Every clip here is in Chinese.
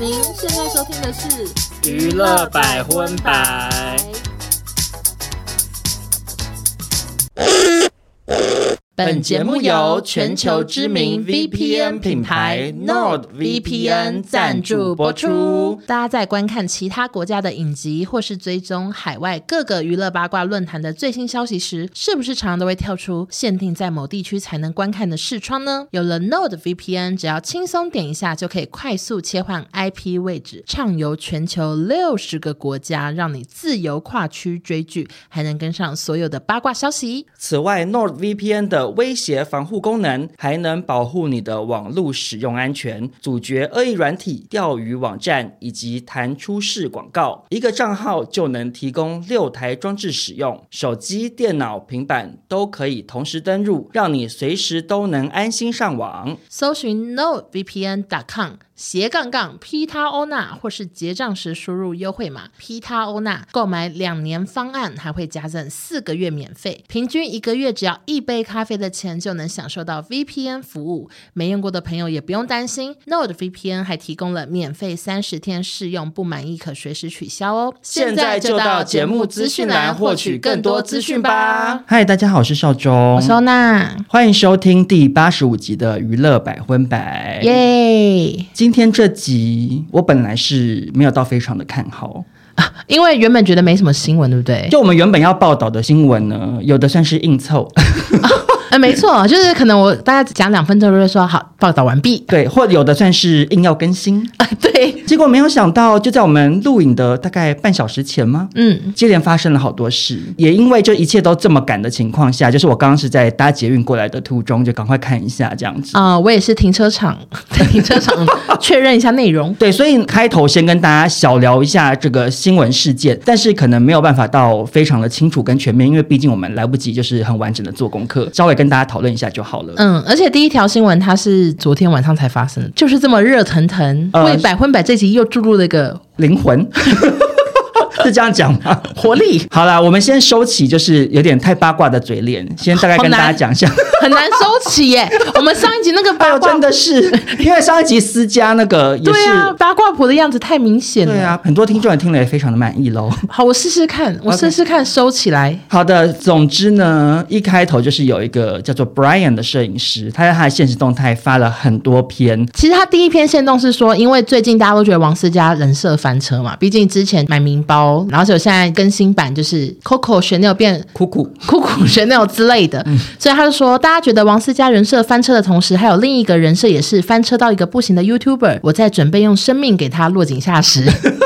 您现在收听的是《娱乐百分百》。本节目由全球知名 VPN 品牌 NordVPN 赞助播出。大家在观看其他国家的影集，或是追踪海外各个娱乐八卦论坛的最新消息时，是不是常常都会跳出限定在某地区才能观看的视窗呢？有了 NordVPN，只要轻松点一下，就可以快速切换 IP 位置，畅游全球六十个国家，让你自由跨区追剧，还能跟上所有的八卦消息。此外，NordVPN 的威胁防护功能还能保护你的网络使用安全，阻绝恶意软体、钓鱼网站以及弹出式广告。一个账号就能提供六台装置使用，手机、电脑、平板都可以同时登入，让你随时都能安心上网。搜寻 novpn.com 斜杠杠 pitaona 或是结账时输入优惠码 pitaona，购买两年方案还会加赠四个月免费，平均一个月只要一杯咖啡的钱就能享受到 VPN 服务。没用过的朋友也不用担心，Node VPN 还提供了免费三十天试用，不满意可随时取消哦。现在就到节目资讯栏获取更多资讯吧。。嗨，大家好，我是少中，我收纳，欢迎收听第八十五集的娱乐百分哎百。耶！今天这集我本来是没有到非常的看好，因为原本觉得没什么新闻，对不对？就我们原本要报道的新闻呢，有的算是硬凑， 呃，没错，就是可能我大家讲两分钟就会说好，报道完毕。对，或有的算是硬要更新。啊， 对，结果没有想到，就在我们录影的大概半小时前吗？嗯，接连发生了好多事，也因为就一切都这么赶的情况下，就是我刚刚是在搭捷运过来的途中，就赶快看一下这样子。啊、我也是停车场，停车 场确认一下内容。对，所以开头先跟大家小聊一下这个新闻事件，但是可能没有办法到非常的清楚跟全面，因为毕竟我们来不及就是很完整的做功课，稍微跟大家讨论一下就好了。嗯，而且第一条新闻它是昨天晚上才发生的，就是这么热腾腾，呃为百分百这集又注入了一 个 灵魂是这样讲吗？活力，好啦，我们先收起，就是有点太八卦的嘴脸，先大概跟好难大家讲一下。很难收起耶。我们上一集那个 哎八呦， 卦，真的是，因为上一集私家那个也对是，啊，八卦婆的样子太明显了。对啊，很多听众也听了也非常的满意喽。好，我试试看，我试试看收起来。好的，总之呢，一开头就是有一个叫做 Brian 的摄影师，他在他的现实动态发了很多篇，其实他第一篇线动是说，因为最近大家都觉得王思佳人设翻车嘛，毕竟之前买名包，然后就现在更新版就是 Coco 旋钮变酷酷，酷 酷旋钮之类的，所以他就说，大家觉得王思佳人设翻车的同时，还有另一个人设也是翻车到一个不行的 YouTuber，我在准备用生命给他落井下石。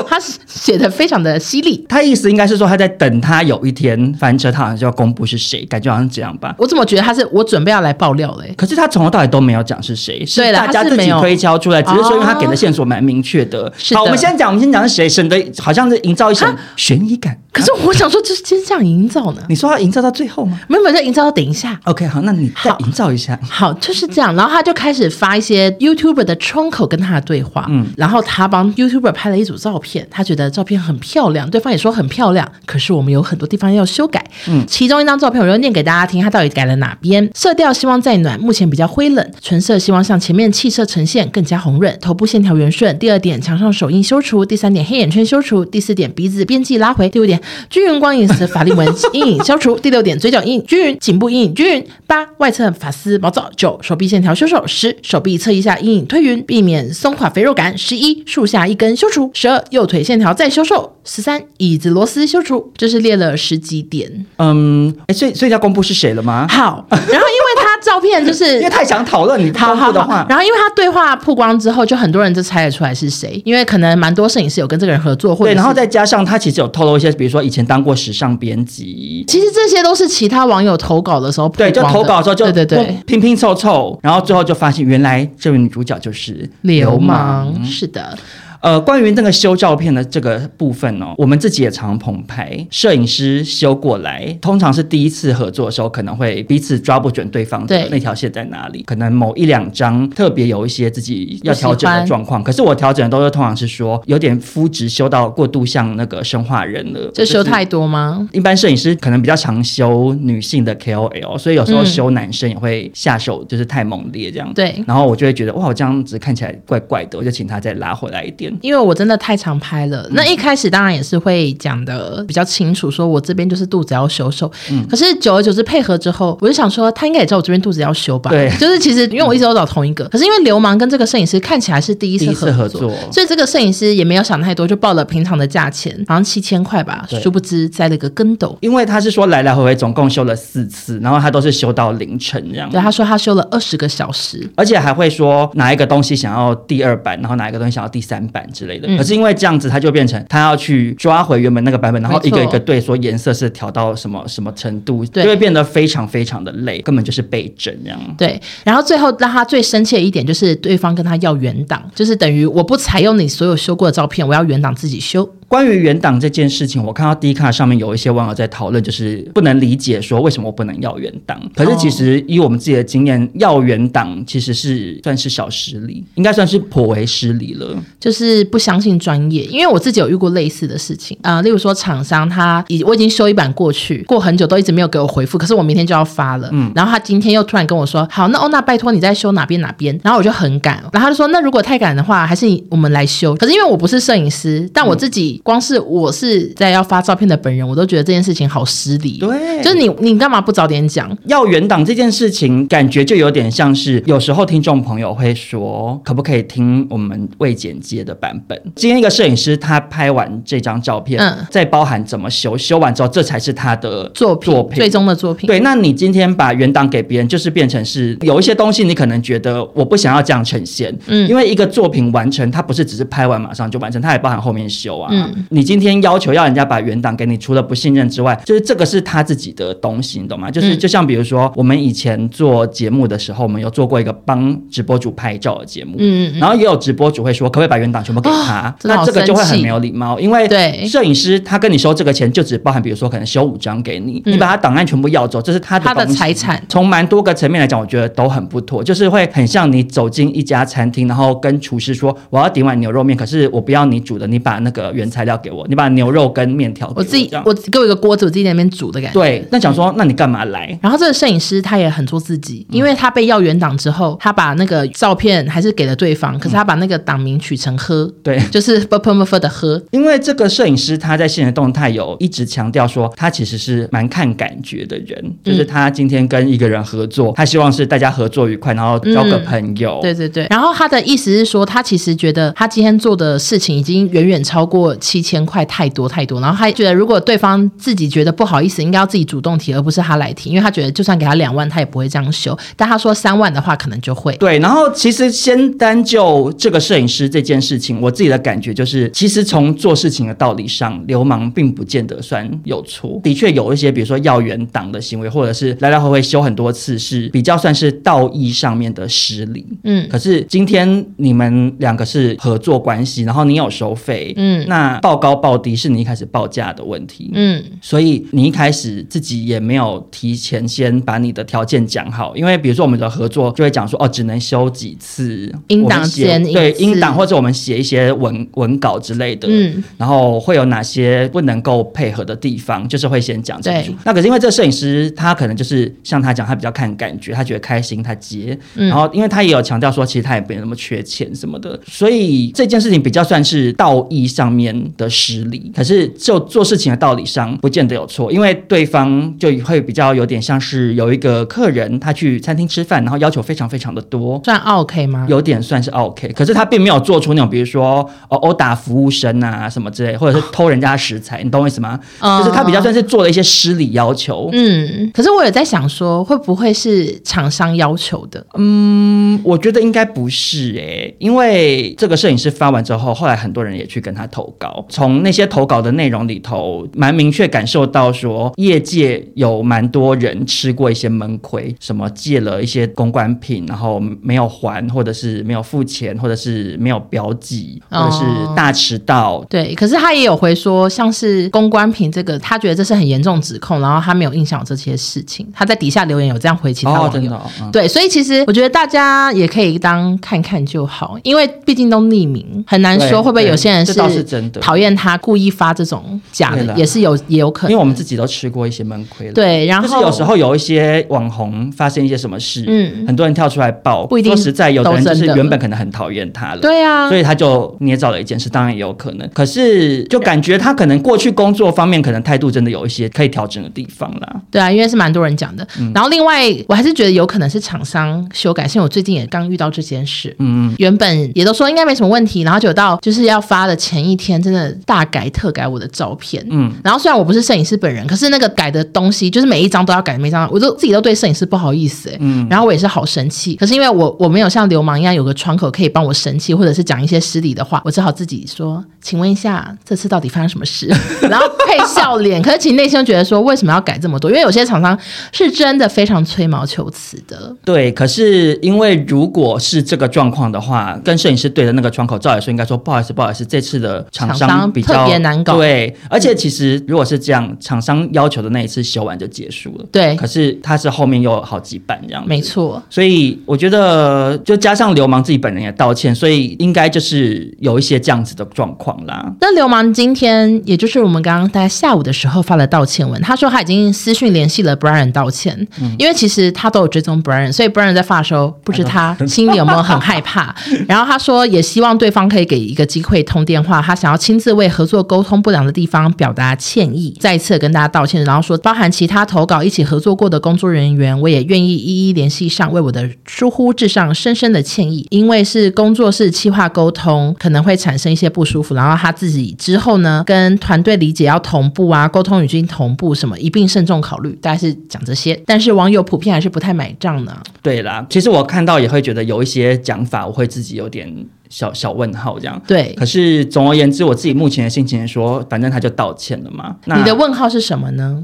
他写的非常的犀利，他意思应该是说他在等他有一天翻车，他好像就要公布是谁，感觉好像这样吧。我怎么觉得他是我准备要来爆料嘞、欸可是他从头到尾都没有讲是谁，是对啦大家他是自没己有推敲出来，只是说因为他哦给的线索蛮明确的。是的好，我们先讲，我们先讲是谁，省得好像是营造一种悬疑感。可是我想说，就是今天这样营造呢，你说要营造到最后吗没有没有在营造，等一下。 ？OK，好，那你再好营造一下。好，就是这样。然后他就开始发一些 YouTuber 的窗口跟他的对话，嗯，然后他帮 YouTuber 拍了一组照片，他觉得照片很漂亮，对方也说很漂亮，可是我们有很多地方要修改，嗯，其中一张照片我就念给大家听，他到底改了哪边？色调希望再暖，目前比较灰冷，唇色希望像前面气色呈现更加红润，头部线条圆顺。第二点，墙上手印修除；第三点，黑眼圈修除；第四点，鼻子边际拉回；第五点，均匀光影时法令纹阴影消除；第六点，嘴角阴影均匀，颈部阴影均匀；八，外侧发丝毛躁；九，手臂线条修手；十，手臂侧一下阴影推匀，避免松垮肥肉感；十一，树下一根修除；十二，右腿线条再修瘦；十三，椅子螺丝修除。这是列了十几点。嗯，哎，所以所以要公布是谁了吗？好，然后因为他照片就是 因为太想讨论你不好公好布的好话，，然后因为他对话曝光之后，就很多人就猜得出来是谁，因为可能蛮多摄影师有跟这个人合作，或者对，然后是再加上他其实有透露一些，比如说以前当过时尚编辑。其实这些都是其他网友投稿的时候曝对，光的就投稿的时候就哦对对对，拼拼凑凑，然后最后就发现原来这位女主角就是流氓是的，呃，关于那个修照片的这个部分哦，我们自己也常捧拍，摄影师修过来，通常是第一次合作的时候，可能会彼此抓不准对方的对那条线在哪里，可能某一两张特别有一些自己要调不整喜的欢状况。可是我调整的都是通常是说有点肤质修到过度像那个生化人了，这就修是太多吗？一般摄影师可能比较常修女性的 KOL，所以有时候修男生也会下手就是太猛烈这样。对然后我就会觉得哇，我这样子看起来怪怪的，我就请他再拉回来一点。点？因为我真的太常拍了。嗯那一开始当然也是会讲的比较清楚，说我这边就是肚子要修瘦。嗯可是久而久之配合之后，我就想说他应该也知道我这边肚子要修吧？对就是其实因为我一直都找同一个，可是因为流氓跟这个摄影师看起来是第一次第一合次合作所以这个摄影师也没有想太多，就报了平常的价钱，好像七千块吧对，殊不知栽了个跟斗。因为他是说来来回回总共修了四次，然后他都是修到凌晨这样对，。他说他修了二十个小时，而且还会说哪一个东西想要第二版，然后哪一个东西想要第三版之类的。嗯可是因为这样子，他就变成他要去抓回原本那个版本，然后没一错个一个对说颜色是调到什么什么程度，就对会变得非常非常的累，根本就是被整这样。对，然后最后让他最生气的一点就是对方跟他要原档，就是等于我不采用你所有修过的照片，我要原档自己修。关于原档这件事情，我看到 D 卡上面有一些网友在讨论，就是不能理解说为什么我不能要原档。可是其实以我们自己的经验，要原档其实是算是小失礼，应该算是颇为失礼了。就是不相信专业，因为我自己有遇过类似的事情啊、呃例如说厂商他已我已经修一版过去，过很久都一直没有给我回复，可是我明天就要发了，嗯，然后他今天又突然跟我说，好，那欧娜拜托你再修哪边哪边，然后我就很赶，然后他就说，那如果太赶的话，还是你我们来修，可是因为我不是摄影师，但我自己光是我是在要发照片的本人，我都觉得这件事情好失礼，哦对就是你你干嘛不早点讲？要原档这件事情，感觉就有点像是有时候听众朋友会说，可不可以听我们未剪接的版本？今天一个摄影师他拍完这张照片，嗯再包含怎么修，修完之后这才是他的作品作品最终的作品，对，那你今天把原档给别人，就是变成是有一些东西，你可能觉得我不想要这样呈现，嗯，嗯因为一个作品完成，它不是只是拍完马上就完成，它也包含后面修啊。嗯你今天要求要人家把原档给你，除了不信任之外，就是这个是他自己的东西，你懂吗？就是嗯就像比如说我们以前做节目的时候，我们有做过一个帮直播主拍照的节目，嗯嗯嗯，然后也有直播主会说，可不可以把原档全部给他？啊真的那好这个就会生很气没有礼貌，因为对摄影师他跟你收这个钱，就只包含比如说可能修五张给你，嗯你把他档案全部要走，这是他的他的东西财产从蛮多个层面来讲，我觉得都很不妥，就是会很像你走进一家餐厅，然后跟厨师说我要点碗牛肉面，可是我不要你煮的，你把那个原材料给我，你把牛肉跟面条给我自己这样我给我一个锅子，我自己在那边煮的感觉。对，那想说那你干嘛来？然后这个摄影师他也很做自己，嗯因为他被要原档之后，他把那个照片还是给了对方，可是他把那个档名取成“喝”，对，就是“不不不不”的“喝因为这个摄影师他在现实动态有一直强调说，他其实是蛮看感觉的人，嗯就是他今天跟一个人合作，他希望是大家合作愉快，然后交嗯个朋友”。。对对对。然后他的意思是说，他其实觉得他今天做的事情已经远远超过七千块，太多太多。然后他觉得，如果对方自己觉得不好意思，应该要自己主动提，而不是他来提，因为他觉得就算给他两万，他也不会这样修。但他说三万的话，可能就会。对，然后其实先单就这个摄影师这件事情，我自己的感觉就是，其实从做事情的道理上，流氓并不见得算有错。的确有一些，比如说要原档的行为，或者是来来回回修很多次，是比较算是道义上面的失礼。嗯可是今天你们两个是合作关系，然后你有收费，嗯那报高报低是你一开始报价的问题，嗯，所以你一开始自己也没有提前先把你的条件讲好，因为比如说我们的合作就会讲说哦，只能修几次，应档我们写间对一次应档或者我们写一些文文稿之类的，嗯，然后会有哪些不能够配合的地方，就是会先讲清楚对。那可是因为这摄影师他可能就是像他讲，他比较看感觉，他觉得开心他接，嗯然后因为他也有强调说，其实他也没有那么缺钱什么的，所以这件事情比较算是道义上面的失礼。可是就做事情的道理上，不见得有错，因为对方就会比较有点像是有一个客人他去餐厅吃饭，然后要求非常非常的多，算 OK 吗？有点算是 OK，可是他并没有做出那种比如说哦殴打服务生啊啊什么之类，或者是偷人家的食材，你懂我意思吗？嗯就是他比较算是做了一些失礼要求。嗯，可是我有在想说，会不会是厂商要求的？嗯，我觉得应该不是诶、欸因为这个摄影师发完之后，后来很多人也去跟他投稿，从那些投稿的内容里头，蛮明确感受到说，业界有蛮多人吃过一些闷亏，什么借了一些公关品，然后没有还，或者是没有付钱，或者是没有标记，或者是哦大迟到，对，可是他也有回说，像是公关品这个，他觉得这是很严重指控，然后他没有印象有这些事情，他在底下留言有这样回其他哦，网真友。的、哦，嗯对，所以其实我觉得大家也可以当看看就好，因为毕竟都匿名，很难对说会不会对有些人这是倒是真的讨厌他故意发这种假对的啦，也是有也有可因能。为我们自己都吃过一些闷亏了。。对，然就是后有时候有一些网红发生一些什么事，嗯很多人跳出来爆。不一定说实在，有的人就是都真的原本可能很讨厌他了，对啊所，以他就捏造了一件事，当然也有可能。可是就感觉他可能过去工作方面可能态度真的有一些可以调整的地方啦。对啊，因为是蛮多人讲的。嗯然后另外，我还是觉得有可能是厂商修改，是因为我最近也刚遇到这件事。嗯，原本也都说应该没什么问题，然后就到就是要发的前一天，真的大改特改我的照片。嗯，然后虽然我不是摄影师本人，可是那个改的东西就是每一张都要改，每一张我都自己都对摄影师不好意思、欸。嗯，然后我也是好生气，可是因为我我没有像流氓一样有个窗口可以帮我生气，或者是讲一些失礼的话，我只好自己说，请问一下这次到底发生什么 事？然后配笑脸，可是其实内心就觉得说为什么要改这么多？因为有些厂商是真的非常吹毛求疵的。对，可是因为如果是这个状况的话，跟摄影师对的那个窗口，照理说应该说不好意思，不好意思，这次的厂厂商比较特别难搞嗯对，而且其实如果是这样，厂商要求的那一次修完就结束了。对可是他是后面又有好几版这样子，没错，所以我觉得，就加上流氓自己本人也道歉，所以应该就是有一些这样子的状况啦。那流氓今天，也就是我们刚刚在下午的时候发了道歉文，他说他已经私讯联系了 Brian 道歉，因为其实他都有追踪 Brian，所以 Brian 在发的时候，不知他心里有没有很害怕。然后他说，也希望对方可以给一个机会通电话，他想要亲自为合作沟通不良的地方表达歉意，再一次跟大家道歉。然后说，包含其他投稿一起合作过的工作人员，我也愿意一一联系上，为我的疏忽致上深深的歉意。因为是工作室企划沟通，可能会产生一些不舒服，然后他自己之后呢，跟团队理解要同步啊，沟通语境同步什么，一并慎重考虑，大概是讲这些。但是网友普遍还是不太买账呢。对啦，其实我看到也会觉得有一些讲法，我会自己有点小小问号这样。对，可是总而言之，我自己目前的心情是说，反正他就道歉了嘛。那你的问号是什么呢？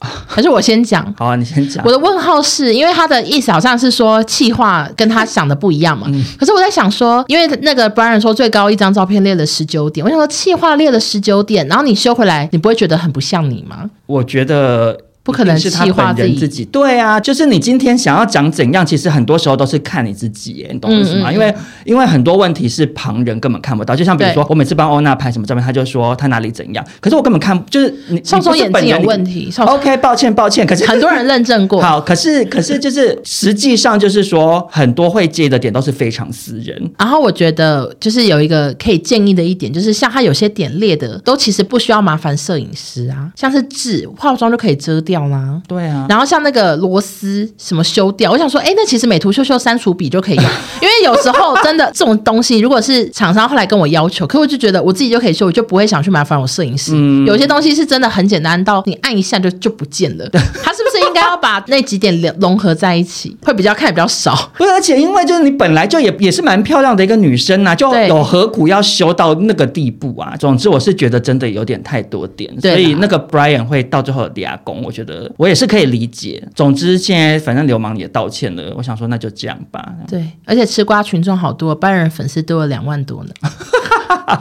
还是我先讲？好啊，你先讲我。的问号是因为他的意思好像是说气话跟他想的不一样嘛，嗯可是我在想说，因为那个 Brian 说最高一张照片列了十九点，我想说气话列了十九点，然后你修回来，你不会觉得很不像你吗？我觉得。不可能是他气化本人自己自己，对啊，就是你今天想要讲怎样，其实很多时候都是看你自己耶，你懂我意思嗯吗？嗯嗯因为因为很多问题是旁人根本看不到，就像比如对说，我每次帮欧娜拍什么照片，她就说她哪里怎样，可是我根本看就是你少你不中是眼本睛有人问题，少你 OK，抱歉抱歉，可是很多 人认证过，好，可是可是就是实际上就是说，很多会介意的点都是非常私人，然后我觉得就是有一个可以建议的一点，就是像他有些点列的，都其实不需要麻烦摄影师啊，像是痣、化妆就可以遮掉啦、对啊，然后像那个螺丝什么修掉，我想说，哎，那其实美图秀秀删除笔就可以用， 因为有时候真的这种东西，如果是厂商后来跟我要求，可我就觉得我自己就可以修，我就不会想去麻烦我摄影师。有些东西是真的很简单到你按一下就就不见了，他是不是应该要把那几点融融合在一起，会比较看得比较少？不是，而且因为就是你本来就也也是蛮漂亮的一个女生呐、就对有何苦要修到那个地步啊？总之，我是觉得真的有点太多点，对所啦以那个 Brian 会到最后立阿公，我觉得我也是可以理解。总之，现在反正流氓也道歉了，我想说那就这样吧。 ，对，而且吃瓜群众好多，拜仁粉丝都有两万多呢。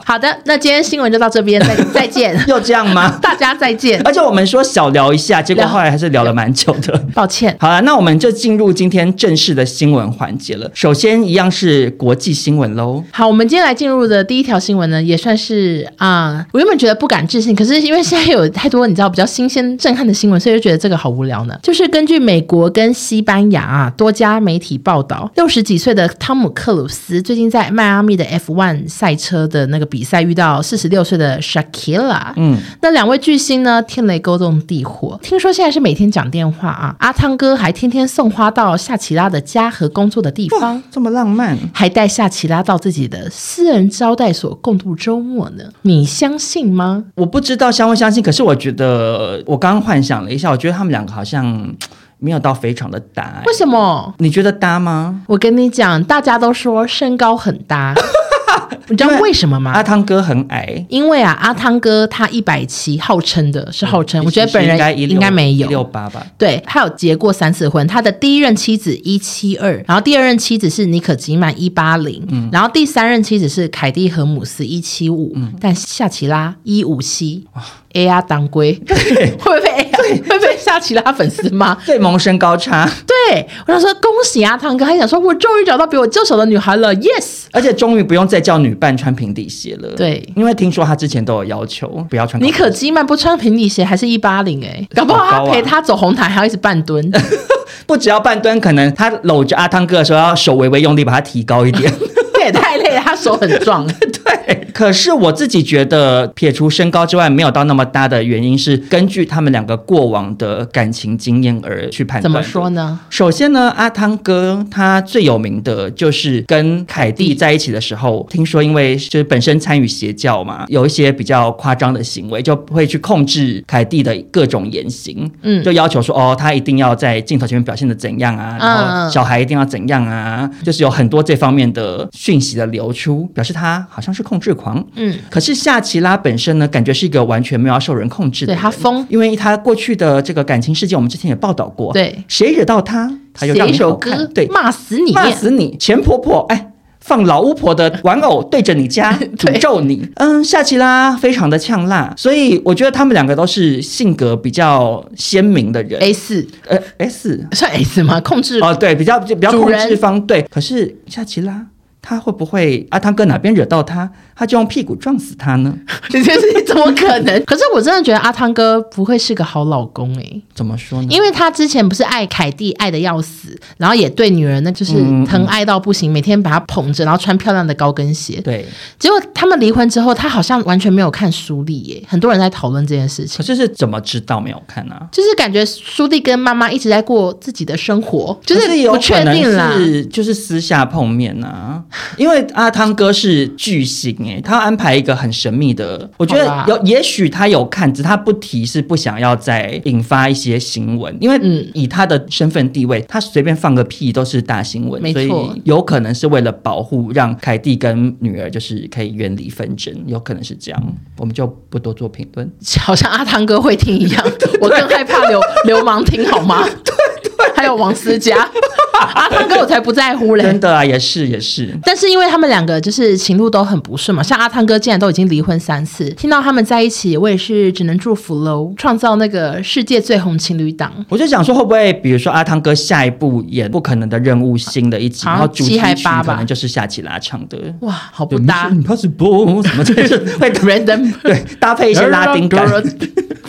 好的，那今天新闻就到这边，再再见 又这样吗？大家再见，而且我们说小聊一下，结果后来还是聊了蛮久的。 抱歉。好了，那我们就进入今天正式的新闻环节了。首先，一样是国际新闻喽。好，我们今天来进入的第一条新闻呢，也算是啊、我原本觉得不敢置信，可是因为现在有太多你知道比较新鲜震撼的新闻，所以就觉得这个好无聊呢。就是根据美国跟西班牙啊多家媒体报道，六十几岁的汤姆克鲁斯最近在迈阿密的 F1 赛车的那个比赛遇到四十六岁的 Shakira，嗯，那两位巨星呢天雷勾动地火，听说现在是每天讲电话啊，阿汤哥还天天送花到夏奇拉的家和工作的地方哇。，这么浪漫。还带夏奇拉到自己的私人招待所共度周末呢，你相信吗？我不知道相不相信，可是我觉得呃我刚刚幻想了一下，我觉得他们两个好像没有到非常的搭、欸为什么？你觉得搭吗？我跟你讲，大家都说身高很 搭，你知道为什么阿吗？汤哥很矮，因为啊，阿汤哥他一百七，号称的是号称，我觉得本嗯应该人一应该没六有。八吧。对，他有结过三次婚，他的第一任妻子一七二，然后第二任妻子是尼可基曼一八嗯零，然后嗯第三任妻子是凯蒂和姆斯一七五，但夏奇拉一五七。哎、 AR 当归， 会 不会被 AR 会被夏奇拉粉丝骂？对萌身高差，对，我想说恭喜啊，堂哥，还想说我终于找到比我娇小的女孩了，yes。而且终于不用再叫女伴穿平底鞋了。对因为听说他之前都有要求不要穿高跟妮鞋。可基曼不穿平底鞋还是一八零哎，搞不好嗯好他高啊陪她走红毯还要一直半 蹲，不只要半蹲，可能他搂着阿汤哥的时候，要手微微用力把它提高一点。这也太累了，他手很 壮。对，可是我自己觉得，撇除身高之外，没有到那么大的原因是根据他们两个过往的感情经验而去判断。怎么说？呢？首先呢，阿汤哥他最有名的就是跟凯蒂在一起的时候，听说因为就是本身参与邪教嘛，有一些比较夸张的行为，就会去控制凯蒂的各种言行，嗯就要求说哦，他一定要在镜头前面表现的怎样啊，然后嗯小孩一定要怎样啊，就是有很多这方面的讯息的流出，表示他好像是控制狂。嗯，可是夏奇拉本身呢，感觉是一个完全没有要受人控制的对人，他疯，因为他过去的这个感情事件，我们之前也报道过。，对，谁惹到他，他就写让一你首好看歌，对，骂死你，骂死你，钱婆婆，哎。放老巫婆的玩偶对着你家诅咒你，嗯，夏奇拉非常的呛辣，所以我觉得他们两个都是性格比较鲜明的人。 A 四呃 S 算 S 吗？控制哦，对，比较比较主控人制方对。可是夏奇拉他会不会阿汤哥哪边惹到他，他就用屁股撞死他呢？ 这件事情怎么可能？ 可是我真的觉得阿汤哥不会是个好老公哎、怎么说呢？因为他之前不是爱凯蒂爱的要死，然后也对女人呢就是嗯嗯疼爱到不行，每天把她捧着，然后穿漂亮的高跟鞋。对，结果他们离婚之后，他好像完全没有看苏丽耶，很多人在讨论这件事可情。是是怎么知道没有看啊？就是感觉苏丽跟妈妈一直在过自己的生活，就可不有确可能定啦。是就是私下碰面啊，因为阿汤哥是巨星哎、他要安排一个很神秘的，我觉好啦得有，也许他有看，只是他不提，是不想要再引发一些新闻，因为嗯以他的身份地位，他随便放个屁都是大新闻，没所以错有可能是为了保护让凯蒂跟女儿就是可以远离纷争，有可能是这样，我们就不多做评论。好像阿汤哥会听一 样，我更害怕流流氓听好吗？对对，还有王思佳，阿汤哥我才不在乎嘞真。的啊，也是也是，但是因为他们两个就是情路都很不顺嘛，像阿汤哥竟然都已经离婚三次，听到他们在一起，我也是只能祝福喽，创造那个世界最红情侣档。我就想说，会不会比如说阿汤哥下一部演《不可能的任务》新的一集，好然像后主七题还曲八吧可能就是夏奇拉唱的。哇，好不搭 impossible 什么就是会，random 对搭配一些拉丁感。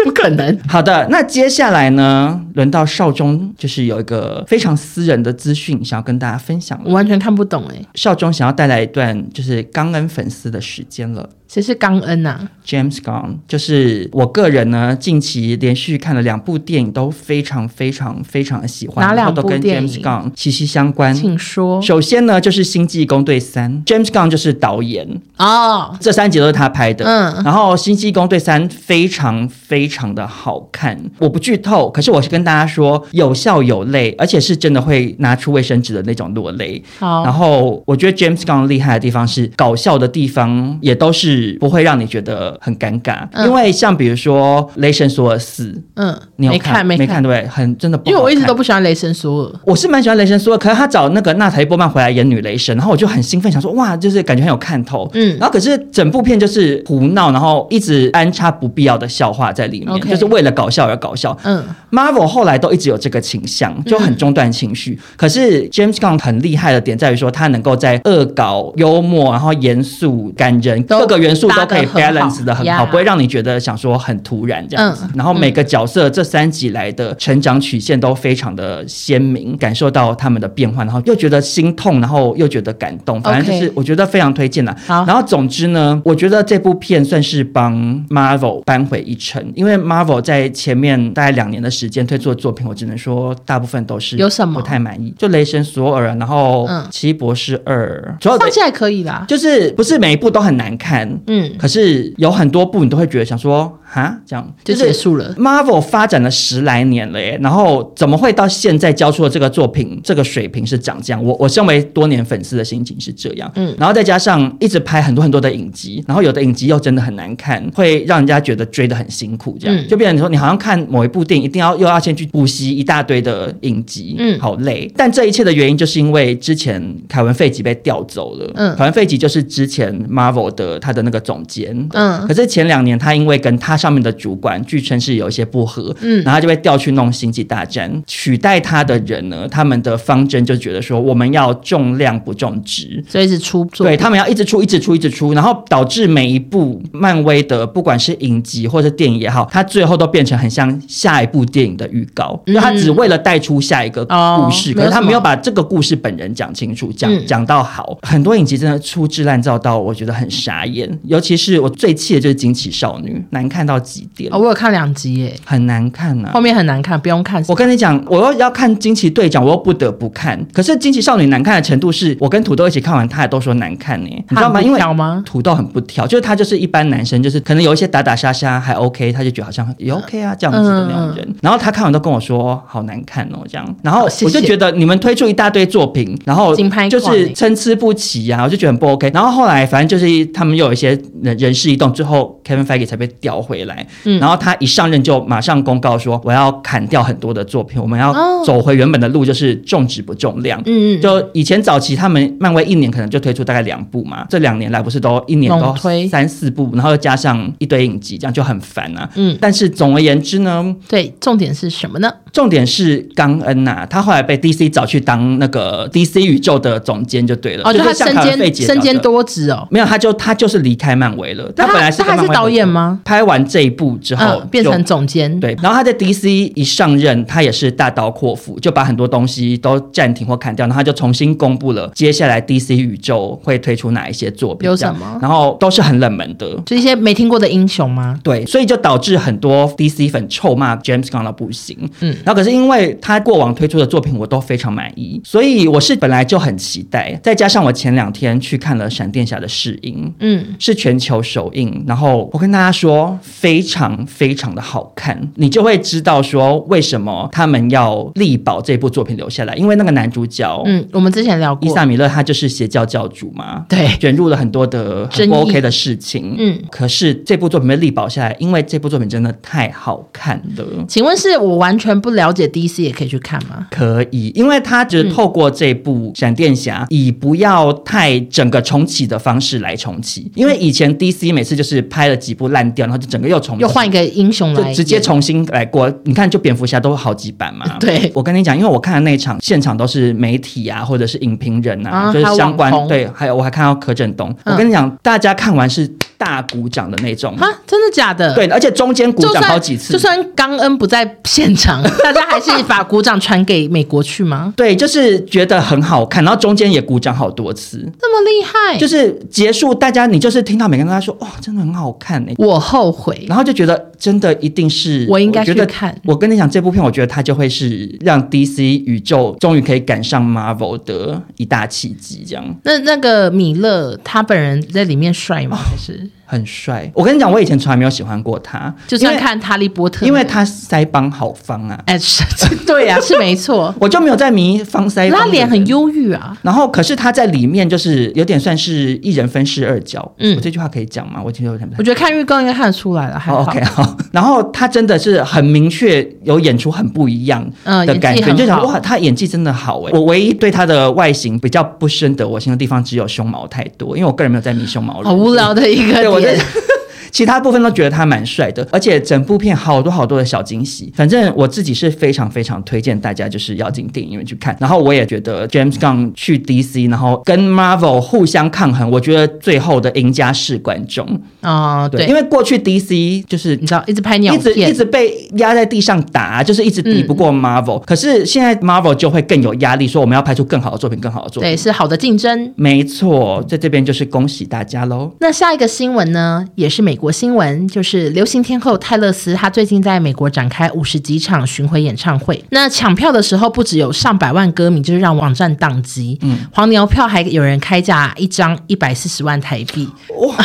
不可能。好的，那接下来呢，轮到少中，就是有一个非常私人的资讯想要跟大家分享我了。完全看不懂哎、少中想要带来一段就是刚恩粉丝的时间了。谁是冈恩呐、啊？ James Gunn，就是我个人呢，近期连续看了两部电影，都非常非常非常地喜欢，哪然后两部都跟电影 James Gunn 息息相关。请说首先呢，嗯就是《星际攻队三》，James Gunn 就是导演，哦。这三集都是他拍的。嗯然后《星际攻队三》非常非常的好看，我不剧透，可是我是跟大家说有笑有泪，而且是真的会拿出卫生纸的那种落泪。然好，后我觉得 James Gunn 厉害的地方是搞笑的地方也都是不会让你觉得很尴尬，嗯因为像比如说《雷神索尔四》，嗯，你有没看没没看，对，很真的不好因为我一直看都不喜欢雷神索尔。我是蛮喜欢雷神说，可是他找那个娜塔莉波曼回来演女雷神，然后我就很兴奋，想说哇，就是感觉很有看头。嗯然后可是整部片就是胡闹，然后一直安插不必要的笑话在里面 OK 就是为了搞笑而搞笑。嗯， Marvel 后来都一直有这个倾向，就很中断情绪。可是 James Gunn 很厉害的点在于说，他能够在恶搞、幽默，然后严肃、感人都各个元素都可搭得以很好 balance 的很好，呀不会让你觉得想说很突然这样子。嗯然后每个角色这三集来的成长曲线都非常的鲜明，感受到他们的变换，然后又觉得心痛，然后又觉得感动，反正 OK 就是我觉得非常推荐啦。好然后总之呢，我觉得这部片算是帮 Marvel 扳回一城，因为 Marvel 在前面大概两年的时间推出的作品，我只能说大部分都是有什么不太满意，就雷神索尔，然后嗯奇异博士二，所有的放下也可以啦。就是不是每一部都很难看。嗯，可是有很多部你都会觉得想说，哈，这样就是结束了。 Marvel 发展了十来年了耶，然后怎么会到现在交出的这个作品，这个水平是长这样？我我身为多年粉丝的心情是这样，嗯嗯，然后再加上一直拍很多很多的影集，然后有的影集又真的很难看，会让人家觉得追得很辛苦，这样、嗯就变成你说你好像看某一部电影，一定要又要先去补习一大堆的影集，嗯嗯，好累。但这一切的原因就是因为之前凯文费吉被调走了，嗯嗯，凯文费吉就是之前 Marvel 的他的那个总监，嗯嗯，可是前两年他因为跟他上面的主管据称是有一些不和，嗯嗯，然后他就被调去弄星际大战。取代他的人呢，他们的方针就觉得说，我们要重量不重质。所以是出作对他们要一直出，一直出，一直出，然后导致每一部漫威的不管是影集或者电影也好，它最后都变成很像下一部电影的预告，嗯因为它只为了带出下一个故事，哦可是没有什它么没有把这个故事本人讲清楚，讲嗯讲到好。很多影集真的粗制滥造到我觉得很傻眼，尤其是我最气的就是《惊奇少女》，难看到极点，哦，我有哦看两集耶，很难看啊。后面很难看，不用看。我跟你讲，我又要看惊奇队长，我又不得不看。可是惊奇少女难看的程度是，我跟土豆一起看完，他也都说难看呢、你知道他吗？很因不为挑吗？土豆很不挑，就是他就是一般男生，就是可能有一些打打杀杀还 OK，他就觉得好像也嗯 OK 啊这样子的那种人。然后他看完都跟我说好难看哦这样，然后哦谢谢我就觉得你们推出一大堆作品，然后竞拍就款是欸参差不齐呀、啊，我就觉得很不 OK。然后后来反正就是他们又有一些人人事异动，最后 Kevin Feige 才被调回来，嗯然后他一上任就马上公告说我要砍掉很多的作品，我们哦要走回原本的路，就是重质不重量。嗯嗯，就以前早期他们漫威一年可能就推出大概两部嘛，这两年来不是都一年猛都推三四部，然后又加上一堆影集，这样就很烦啊。嗯但是总而言之呢，对，重点是什么呢？重点是冈恩呐、他后来被 DC 找去当那个 DC 宇宙的总监就对了，哦，就他是像身卡文费兼杰身兼找的多职哦。没有，他就他就是离开漫威了。那本来是他还跟漫是威导演合作？吗？拍完这一部之后就、嗯，变成总监。对，然后他在 DC 一上任，他也是大刀阔斧，就把很多东西都暂停或砍掉，然后他就重新公布了接下来 DC 宇宙会推出哪一些作品，有这样什么然后都是很冷门的。就一些没听过的英雄吗？对，所以就导致很多 DC 粉臭骂 James Gunn 到不行。嗯嗯，然后可是因为他过往推出的作品我都非常满意，所以我是本来就很期待，再加上我前两天去看了《闪电侠》的试映，嗯，是全球首映，然后我跟大家说非常非常的好看，你就会知道说为什么他们要力保这部作品留下来，因为那个男主角，嗯，我们之前聊伊过，萨米勒他就是邪教教主嘛，对卷入了很多的争很议不 OK 的事情，嗯可是这部作品被力保下来，因为这部作品真的太好看了。请问是我完全不了解 DC 也可以去看吗？可以，因为他嗯只是透过这部《闪电侠》以不要太整个重启的方式来重启，因为以前 DC 每次就是拍了几部烂掉，然后就整个又重启又换一个英雄来就演，。直接重新来过。你看，就蝙蝠侠都好几版嘛 对我跟你讲，因为我看的那一场现场都是媒体啊，或者是影评人啊，啊就是还相有网关红对，还有我还看到柯震东。嗯我跟你讲，大家看完是大鼓掌的那种。啊？真的假的？对，，而且中间鼓就掌算好几次就。算冈恩不在现 场，大家还是把鼓掌传给美国去吗？对，就是觉得很好看，然后中间也鼓掌好多次，这么厉害，就是结束，大家你就是听到每个人都在说，哇、真的很好看哎、我后悔。然后就觉得真的一定是我应该去觉得看我跟你讲，这部片我觉得它就会是让 DC 宇宙终于可以赶上 Marvel 的一大契机，这样那那个米勒他本人在里面帅哦吗？还是很帅。我跟你讲，我以前从来没有喜欢过他，就因算为看《哈利波特》那个，因为他腮帮好方啊， 哎，是 对呀、是没 错，我就没有在迷方腮帮。他脸很。忧郁啊。然后，可是他在里面就是有点算是一人分饰二角。嗯我这句话可以讲吗？我听说有点不太我觉得看预告应该看得出来了，还好。 o k 好。然后他真的是很明确有演出很不一样嗯的感演技觉，很就想好哇，他演技真的好哎。我唯一对他的外形比较不深得我心的地方只有胸毛太多，因为我个人没有在迷胸毛。好无聊。的一对，个我在点。。 其他部分都觉得他蛮帅的，而且整部片好多好多的小惊喜。反正我自己是非常非常推荐大家，就是要进电影院去看。然后我也觉得 James Gunn 去 DC，然后跟 Marvel 互相抗衡，我觉得最后的赢家是观众。啊、对，因为过去 DC 就是你知道一直拍鸟一直片，嗯一直被压在地上打，就是一直敌不过 Marvel、可是现在 Marvel 就会更有压力，说我们要拍出更好的作品，更好的作对品。是好的竞争。没错，在这边就是恭喜大家喽。那下一个新闻呢，也是美国新闻，就是流行天后泰勒斯，她最近在美国展开五十几场巡回演唱会。那抢票的时候，不只有上百万歌迷，就是让网站宕机。嗯，黄牛票还有人开价一张一百四十万台币，哇， 哦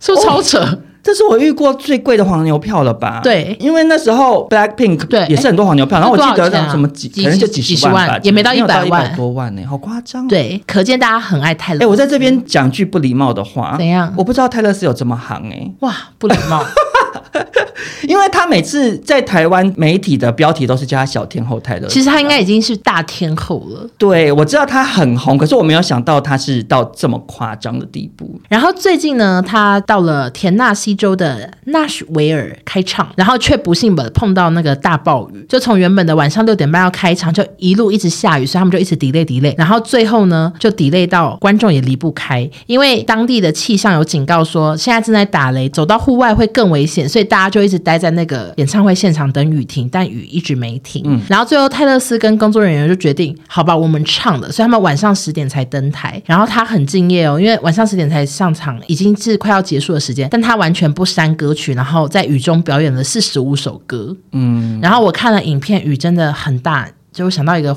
是不是超扯？这是我遇过最贵的黄牛票了吧？对因为那时候 Blackpink 对也是很多黄牛票，哎然后我记那多少得钱啊那什么几，几可能就几十万十吧万，也没到一100万多万呢、好夸张、。啊对，可见大家很爱泰哎、勒。我在这边讲句不礼貌的话，怎样我不知道泰勒斯有这么行哎、 哇，不礼貌。因为他每次在台湾媒体的标题都是叫他小天后泰勒。其实他应该已经是大天后了。对我知道他很红，可是我没有想到他是到这么夸张的地步。然后最近呢，他到了田纳西州的纳什维尔开唱，然后却不幸的碰到那个大暴雨，就从原本的晚上六点半要开场，就一路一直下雨，所以他们就一直 delay delay，然后最后呢就 delay 到观众也离不开，因为当地的气象有警告说现在正在打雷，走到户外会更危险，所以大家就一直待在那个演唱会现场等雨停，但雨一直没停。嗯然后最后泰勒斯跟工作人员就决定，好吧，我们唱了，所以他们晚上十点才登台，然后他很敬业哦，因为晚上十点才上场，已经是快要结束的时间，但他完全不删歌曲，然后在雨中表演了四十五首歌。嗯，然后我看了影片，雨真的很大，就想到一个。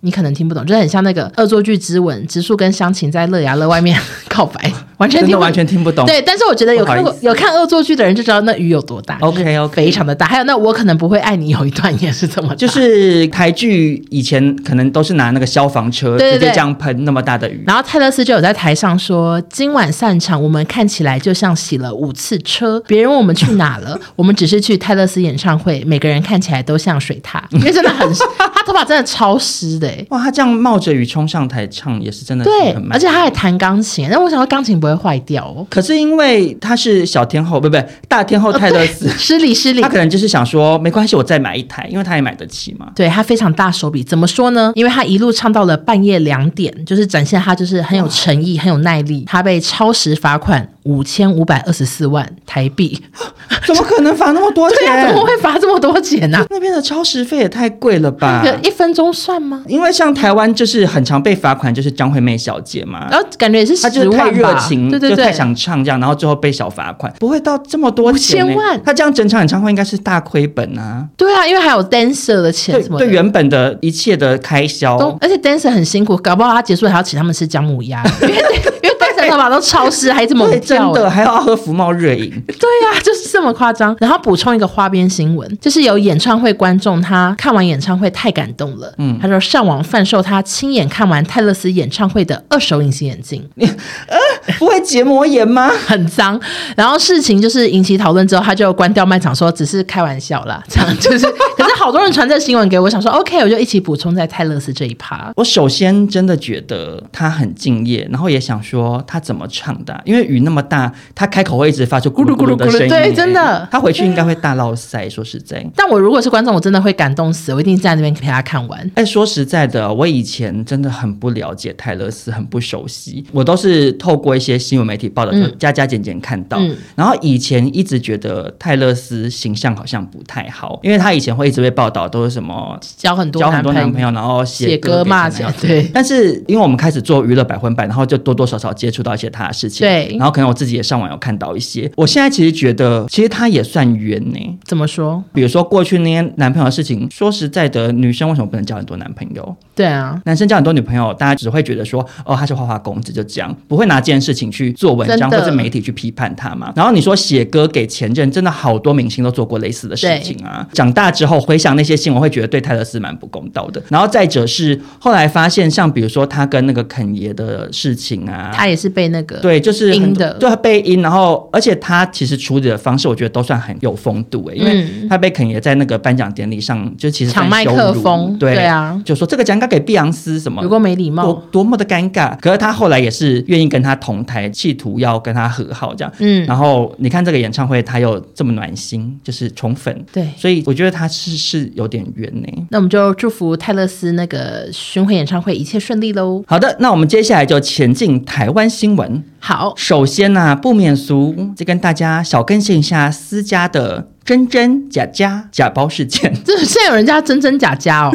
你可能听不懂，就是很像那个《恶作剧之吻》，植树跟湘琴在乐雅乐外面 告白，完全真听的不完全听不懂。对，但是我觉得有不好看过意思有看恶作剧的人就知道那雨有多大 OK，OK 啊非常的大。还有那我可能不会爱你有一段也是这么大，就是台剧以前可能都是拿那个消防车对对直接对这样喷那么大的雨，然后泰勒斯就有在台上说：“今晚散场，我们看起来就像洗了五次车。别人问我们去哪了，我们只是去泰勒斯演唱会。每个人看起来都像水獭，因为真的 很，他头发真的超湿的、欸。”哇，他这样冒着雨冲上台唱也是真的是对很，慢而且他还弹钢琴，但我想说钢琴不会坏掉 哦。可是因为他是小天后，不不大天后泰 勒斯，失礼失礼他，可能就是想说没关系，我再买一台，因为他也买得起 嘛。对他非常大手笔，怎么说呢？因为他一路唱到了半夜两点，就是展现他就是很有诚意、很有耐力。他被超时罚款五千五百二十四万台币，怎么可能罚那么多 对呀、钱？怎么会罚这么多钱呢、那边的超时费也太贵了吧 那？个一分钟算吗？因为像台湾就是很常被罚款，就是张惠妹小姐嘛。然后感觉也是她啊就十是太万热吧，情，对对就太对，想唱这样，然后最后被小罚款，不会到这么多钱、欸。 5000万她这样整场演唱会应该是大亏本啊！对啊，因为还有 dancer 的钱对什么的，对，原本的一切的开销，都而且 dancer 很辛苦，搞不好他结束还要请他们吃姜母鸭，因为 因为 dancer 头发都潮湿，还一直猛对，真跳、的还要喝福茂热 饮，对呀、就是这么夸张。然后补充一个花边新闻，就是有演唱会观众他看完演唱会太感动了，嗯，他就上网贩售他亲眼看完泰勒斯演唱会的二手隐形眼镜，不会结膜炎吗？很脏。然后事情就是引起讨论之后，他就关掉卖场说只是开玩笑啦，这样就是。可是好多人传这新闻给我，我想说 OK，我就一起补充在泰勒斯这一趴。我首先真的觉得他很敬业，然后也想说他怎么唱的啊、因为雨那么大，他开口会一直发出咕噜咕噜的声音、对欸真的他回去应该会大落腮。说实在，但我如果是观众，我真的会感动死，我一定在那边陪他看完。哎，说实在的，我以前真的很不了解泰勒斯，很不熟悉，我都是透过一些新闻媒体报道，就嗯加加减减看到。嗯然后以前一直觉得泰勒斯形象好像不太好，因为他以前会一直被报道都是什么交很多交很男多朋友，男朋友，然后写写歌歌给骂前男友前对但是因为我们开始做娱乐百分百，然后就多多少少接触到一些他的事情。对然后可能我自己也上网有看到一些。我现在其实觉得，其实他也算冤呢、怎么说？比如说过去那些男朋友的事情，说实在的，女生为什么不能交很多男朋友？对啊，男生交很多女朋友，大家只会觉得说，哦，他是花花公子，就这样，不会拿这件事情去做文章真的或者媒体去批判他嘛。然后你说写歌给前任，真的好多明星都做过类似的事情啊。长大之后回想那些新闻，会觉得对泰勒斯蛮不公道的。然后再者是后来发现，像比如说他跟那个肯爷的事情啊。他也是被那个对，就是很阴的对他被阴，然后而且他其实处理的方式，我觉得都算很有风度欸诶、因为嗯他被肯爷在那个颁奖典礼上，就其实抢算麦羞克辱风，对对，啊，就说这个奖应该给碧昂斯什么有，过没礼貌多。多么的尴尬。可是他后来也是愿意跟他同台，企图要跟他和好这样。嗯然后你看这个演唱会，他又这么暖心，就是宠粉，对所以我觉得他是是有点冤呢、那我们就祝福泰勒斯那个巡回演唱会一切顺利喽。好的，那我们接下来就前进台湾新闻。好，首先呢、不免俗，就跟大家小更新一下私家的真真假假假包事件， 这现在有人叫他真真假假哦。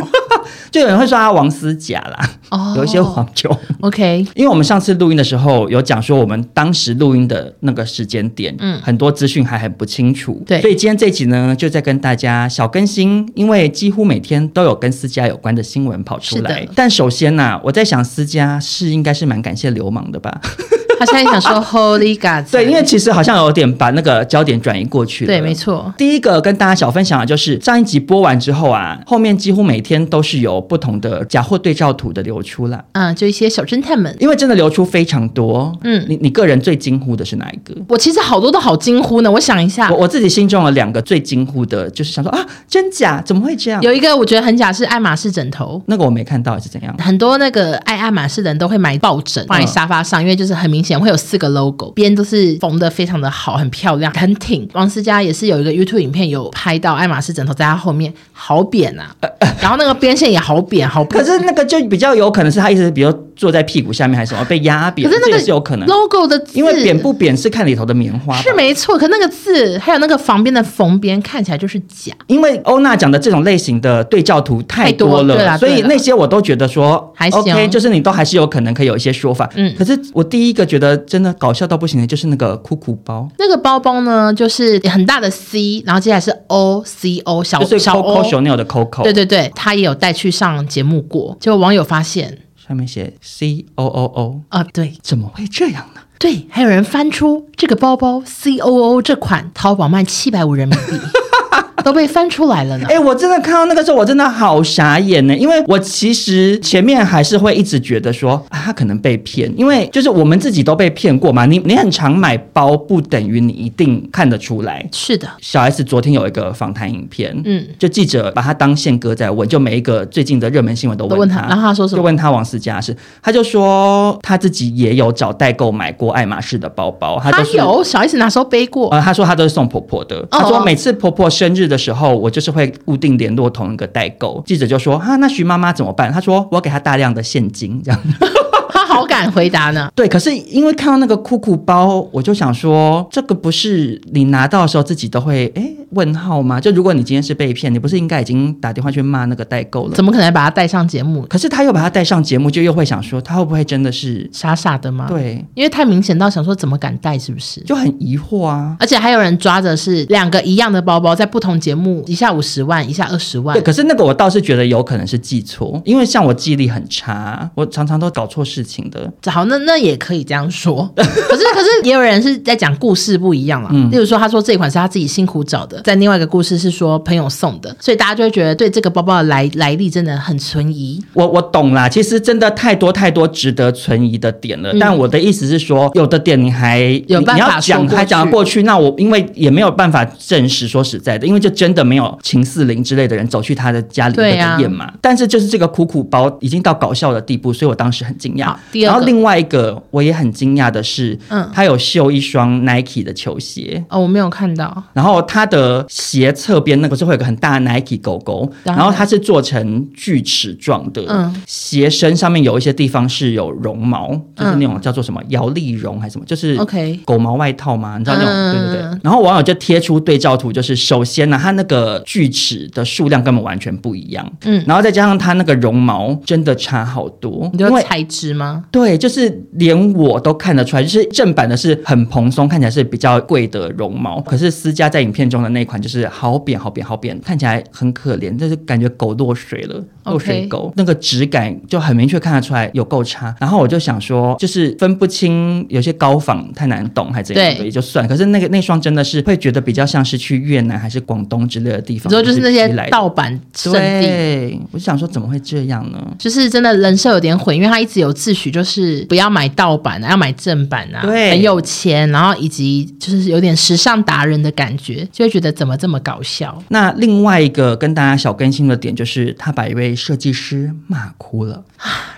就有人会说他王思假啦， 哦有一些黄酒。 OK，因为我们上次录音的时候有讲说，我们当时录音的那个时间点，嗯嗯，很多资讯还很不清楚，对所以今天这集呢，就在跟大家小更新，因为几乎每天都有跟私家有关的新闻跑出来是的。啊但首先呢、我在想私家是应该是蛮感谢流氓的吧？他现在想 说 Holy God，对，因为其实好像有点把那个焦点转移过去了。对，没。错，第一个跟大家小分享的就是上一集播完之后啊，后面几乎每天都是有不同的假货对照图的流出啦，嗯，就一些小侦探们。因为真的流出非常多。嗯你你个人最惊呼的是哪一个？我其实好多都好惊呼呢，我想一下我，我自己心中有两个最惊呼的，就是想说啊，真假怎么会这样？有一个我觉得很假是爱马仕枕头。那个我没看到是怎样？很多那个爱爱马仕的人都会买抱嗯枕放在沙发上，因为就是很明显会有四个 logo，边都是缝的非常的好，很漂亮，很挺。王思佳也是有一个 YouTube 影片有拍到爱马仕枕头在她后面好扁 啊，然后那个边线也好扁，好扁可。是那个就比较有可能是他一直比如坐在屁股下面还是什么被压扁，可是那这个也是有可能。 logo 的字因为扁不扁是看里头的棉花吧，是没错，可那个字还有那个旁边的缝边看起来就是假，因为欧娜讲的这种类型的对照图太多太多了，对啦所以对啦那些我都觉得说还行 OK，就是你都还是有可能可以有一些说法。嗯可是我第一个觉得真的搞笑到不行的就是那个酷酷包，那个包包呢，就是很大的 C，然后接下来是 O C O 小就是小 Coco O， Chanel 的 Coco，对对对，他也有带去上节目过，结果网友发现上面写 C O O O，啊，对怎么会这样呢？对，还有人翻出这个包包 C O O 这款，淘宝卖七百五人民 币，都被翻出来了呢哎、。我真的看到那个时候，我真的好傻眼呢，因为我其实前面还是会一直觉得说啊，他可能被骗，因为就是我们自己都被骗过嘛。你你很常买包，不等于你一定看得出来。是的，小 S 昨天有一个访谈影片，嗯，就记者把他当宪哥在问，就每一个最近的热门新闻都都问问他，然后他说什就么？问他王思佳是，他就说他自己也有找代购买过爱马仕的包包，他他就是有小 S 那时候背过，呃，她说她都是送婆婆的。她说哦每次婆婆生日的时候，我就是会固定联络同一个代购。记者就说：“哈，那徐妈妈怎么办？”她说：“我要给她大量的现金。”这样他好敢回答 呢。对。可是因为看到那个酷酷包，我就想说，这个不是你拿到的时候自己都会哎问号吗？就如果你今天是被骗，你不是应该已经打电话去骂那个代购了？怎么可能把他带上节目？可是他又把她带上节目，就又会想说，他会不会真的是傻傻的吗？，对？因为太明显到想说怎么敢带，是不是？就很疑惑啊。而且还有人抓着是两个一样的包包，在不同节目一下五十万，一下二十万对，，可是那个我倒是觉得有可能是记错，因为像我记忆力很差，我常常都搞错事情的。好，那那也可以这样说。 可是可是也有人是在讲故事不一样啦，嗯例如说他说这款是他自己辛苦找的，在另外一个故事是说朋友送的，所以大家就会觉得对这个包包的来来历真的很存疑。我我懂啦，其实真的太多太多值得存疑的点了。但我的意思是说，有的点你还嗯有你办你法要讲说过还讲得去过去，那我因为也没有办法证实。说实在的，因为就真的没有秦四林之类的人走去他的家里对啊跟验嘛。但是就是这个苦苦包已经到搞笑的地步，所以我当时很惊讶好。第二然个后另外一个我也很惊讶的是，嗯他有秀一双 Nike 的球鞋。哦，我没有看到，然后它的鞋侧边那个是会有个很大的 Nike 狗狗，然然后后它是做成锯齿状的，嗯鞋身上面有一些地方是有绒毛，就是那种叫做什么摇粒绒还是什么，就是 OK 狗毛外套嘛，你知道那种，嗯对对对。然后网友就贴出对照图，就是首先呢，它那个锯齿的数量根本完全不一样，嗯然后再加上它那个绒毛真的差好多，你因就为材质吗？对，就是连我都看得出来，就是正版的是很蓬松，看起来是比较贵的绒毛，可是私家在影片中的那款就是好扁、好扁、好扁，看起来很可怜，就是感觉狗落水了，落 OK 水狗那个质感就很明确看得出来有够差。然后我就想说，就是分不清有些高仿太难懂还是怎样，对也就算。可是那个那双真的是会觉得比较像是去越南还是广东之类的地你方，说就是那些寄来的盗版圣地。对，我就想说怎么会这样呢？就是真的人设有点混，因为他一直有自诩，就是不要买盗版啊，要买正版啊，对很有钱，然后以及就是有点时尚达人的感觉，就会觉得怎么这么搞笑？那另外一个跟大家小更新的点就是，他把一位设计师骂哭了，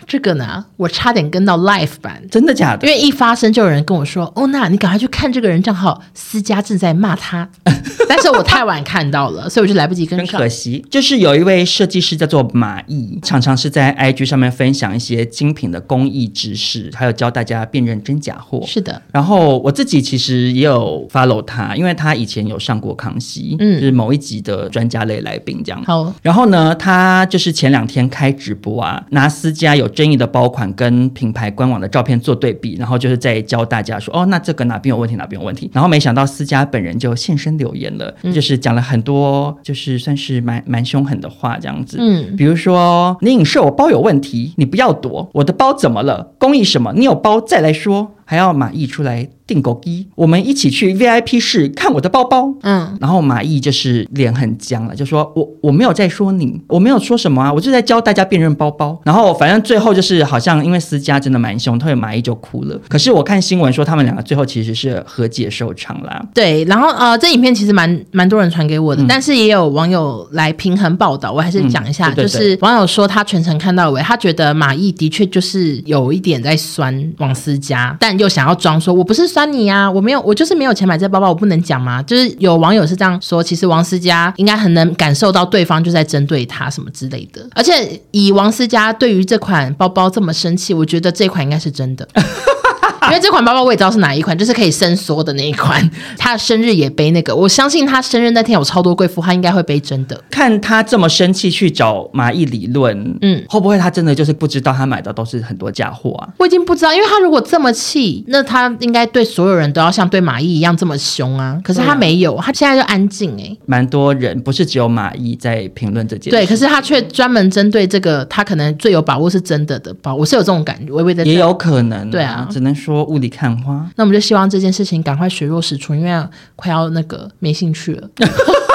这个呢，我差点跟到 live 版，真的假的因？为一发生就有人跟我说：“欧娜，你赶快去看这个人账号，私家正在骂他。” 但是我太晚看到了，所以我就来不及跟很上可。惜，就是有一位设计师叫做马毅，常常是在 IG 上面分享一些精品的工艺知识，还有教大家辨认真假货。是的，然后我自己其实也有 follow 他，因为他以前有上过《康熙》，嗯就是某一集的专家类来宾这样。好，然后呢，他就是前两天开直播啊，拿私家有争议的包款跟品牌官网的照片做对比，然后就是在教大家说，哦，那这个哪边有问题，哪边有问题。然后没想到思佳本人就现身留言了，就是讲了很多，就是算是蛮蛮凶狠的话这样子。嗯比如说你影射我包有问题，你不要躲，我的包怎么了？工艺什么？你有包再来说，还要马毅出来订狗衣，我们一起去 VIP 室看我的包包。嗯，然后马毅就是脸很僵了，就说我我没有在说你，我没有说什么啊，我就在教大家辨认包包。然后反正最后就是好像因为思佳真的蛮凶，所以马毅就哭了。可是我看新闻说他们两个最后其实是和解收场啦。对，然后呃，这影片其实蛮蛮多人传给我的，但是也有网友来平衡报道，我还是讲一下，嗯嗯对对就是网友说他全程看到尾，他觉得马毅的确就是有一点在酸王思佳，但又想要装说我不是酸你啊，我没有，我就是没有钱买这包包，我不能讲吗？就是有网友是这样说，其实王思佳应该很能感受到对方就在针对他什么之类的，而且以王思佳对于这款包包这么生气，我觉得这款应该是真的。 因为这款包包我也知道是哪一款，就是可以伸缩的那一款。 他的生日也背那个，我相信他生日那天有超多贵妇，他应该会背真的。看他这么生气去找马毅理论，嗯会不会他真的就是不知道他买的都是很多假货啊？我已经不知道，因为他如果这么气，那他应该对所有人都要像对马毅一样这么凶啊。可是对他啊没有，他现在就安静哎、蛮多人不是只有马毅在评论这件事，对，可是他却专门针对这个，他可能最有把握是真的的包，我是有这种感觉，微微的。也有可能、对啊只能说雾里看花。那我们就希望这件事情赶快水落石出，因为快要那个没兴趣 了，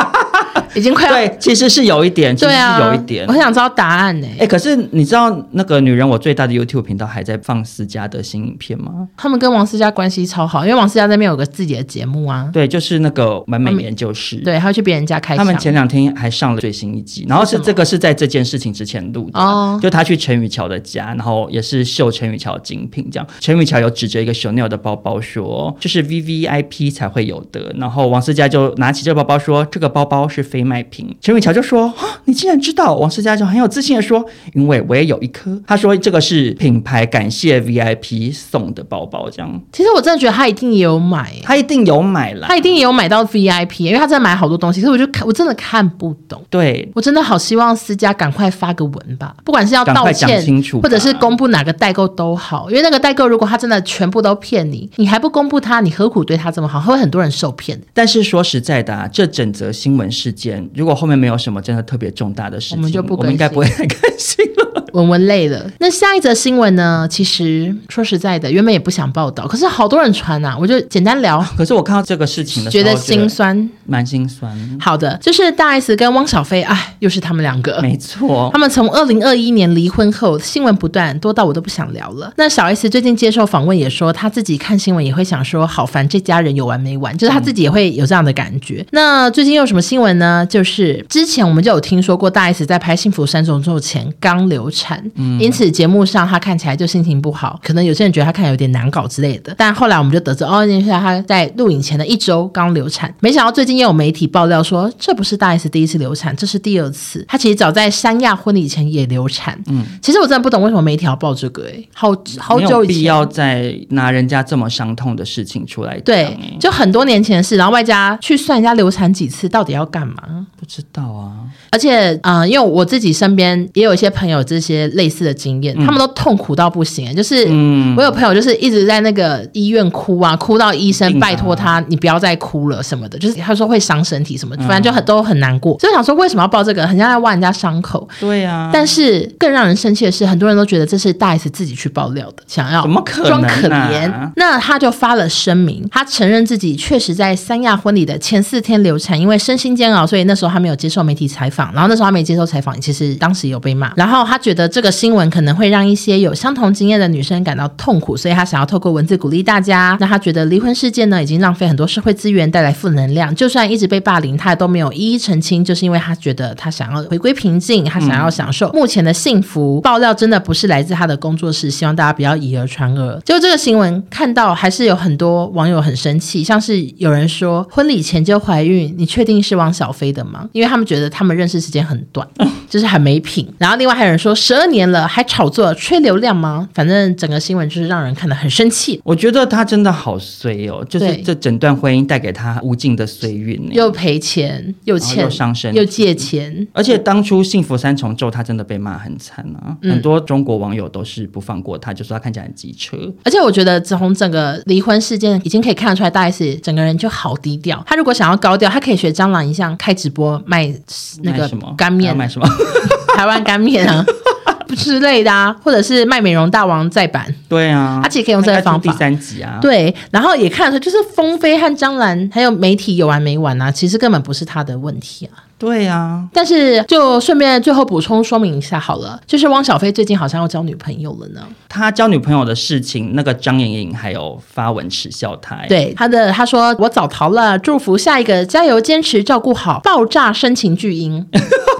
已经快要对，其实是有一点，其实啊对是啊，有一点。我很想知道答案欸呢、哎、可是你知道那个女人我最大的 YouTube 频道还在放思佳的新影片吗？他们跟王思佳关系超好，因为王思佳那边有个自己的节目啊，对，就是那个完美研究室。对，他会去别人家开他箱。们前两天还上了最新一集，然后是这个是在这件事情之前录的啊，哦就他去陈雨乔的家，然后也是秀陈雨乔的精品这样。陈雨乔有指着一个 Chanel 的包包说，这是 V V I P 才会有的，然后王思佳就拿起这个包包说，这个包包是非卖品。陈雨乔就说，啊，你竟然知道？王思佳就很有自信的说，因为我也有一颗。他说这个是品牌感谢 V I P 送的包包，这样其实我真的觉得他一定也有买，欸他一定有买啦他。一定也有买到 VIP，因为他真的买好多东西，所以我就看，我真的看不懂。对，我真的好希望思佳赶快发个文吧，不管是要道赶快歉讲清楚吧或者是公布哪个代购都好，因为那个代购如果他真的全部都骗你，你还不公布他，你何苦对他这么好？会很多人受骗。但是说实在的、啊，这整则新闻事件，如果后面没有什么真的特别重大的事情，我们就不我们应该更新不会再更新了。文文累了。那下一则新闻呢？其实说实在的，原本也不想报道，可是好多人传啊呐、我就简单聊，可是我看到这个事情的时觉候，得心酸。蛮心酸。好的，就是大 S 跟汪小菲，哎，又是他们两个。没错他，们从二零二一年离婚后，新闻不断，多到我都不想聊了。那小 S 最近接受访问也说，她自己看新闻也会想说，好烦，这家人有完没完？就是她自己也会有这样的感觉。那最近又有什么新闻呢？就是之前我们就有听说过，大 S 在拍《幸福三重奏》前刚流产，嗯因此节目上她看起来就心情不好，可能有些人觉得她看起来有点难搞之类的。但后来我们就得知，哦，原来她在录影前的一周刚流产。没想到最近又有媒体爆料说，这不是大 S 第一次流产，这是第二次。她其实早在三亚婚礼前也流产。嗯，其实我真的不懂为什么媒体要报这个、欸，好好没有久以必前。要再拿人家这么伤痛的事情出来讲对欸，就很多年前的事，然后外加去算人家流产几次，到底要干嘛？不知道啊。而且，嗯、因为我自己身边也有一些朋友这些类似的经验，他们都痛苦到不行、就是，我有朋友就是一直在那个医院哭啊，哭到医一生定的啊拜托他，你不要再哭了什么的，就是他说会伤身体什么，反正就很都很难过。所以我想说，为什么要报这个？很像在挖人家伤口。对啊，但是更让人生气的是，很多人都觉得这是大 S 自己去爆料的，想要怎么可能啊装可怜？那他就发了声明，他承认自己确实在三亚婚礼的前四天流产，因为身心煎熬，所以那时候他没有接受媒体采访。然后那时候他没接受采访，其实当时有被骂。然后他觉得这个新闻可能会让一些有相同经验的女生感到痛苦，所以他想要透过文字鼓励大家。那他觉得离婚事件呢，已经浪费很多社会资源，带来负能量。就算一直被霸凌，他都没有一一澄清，就是因为他觉得他想要回归平静，他想要享受目前的幸福。爆料真的不是来自他的工作室，希望大家不要以讹传讹。就这个新闻看到，还是有很多网友很生气，像是有人说婚礼前就怀孕，你确定是汪小菲的吗？因为他们觉得他们认识时间很短，就是很没品。然后另外还有人说，十二年了，还炒作吹流量吗？反正整个新闻就是让人看得很生气，我觉得他真的好衰哦，就是对这整段婚姻带给他无尽的衰运呢。又赔钱，又欠，然后又伤身又借钱。而且当初《幸福三重奏》他真的被骂很惨啊，嗯很多中国网友都是不放过他，就说他看起来很机车。而且我觉得从整个离婚事件已经可以看得出来，大 S 整个人就好低调。她如果想要高调，她可以学蟑螂一样开直播卖那卖个什么干面要，卖什么？ 台湾干面啊 之类的啊，或者是卖美容大王再版。对啊， 他其实可以用这个他应该出方法第三集啊，对，然后也看得出，就是风飞和张兰还有媒体有完没完啊，其实根本不是他的问题啊。对啊，但是就顺便最后补充说明一下好了，就是汪小菲最近好像要交女朋友了呢。他交女朋友的事情，那个张莹莹还有发文耻笑他。欸，对他的他说我早逃了，祝福下一个加油坚持照顾好，爆炸深情巨婴，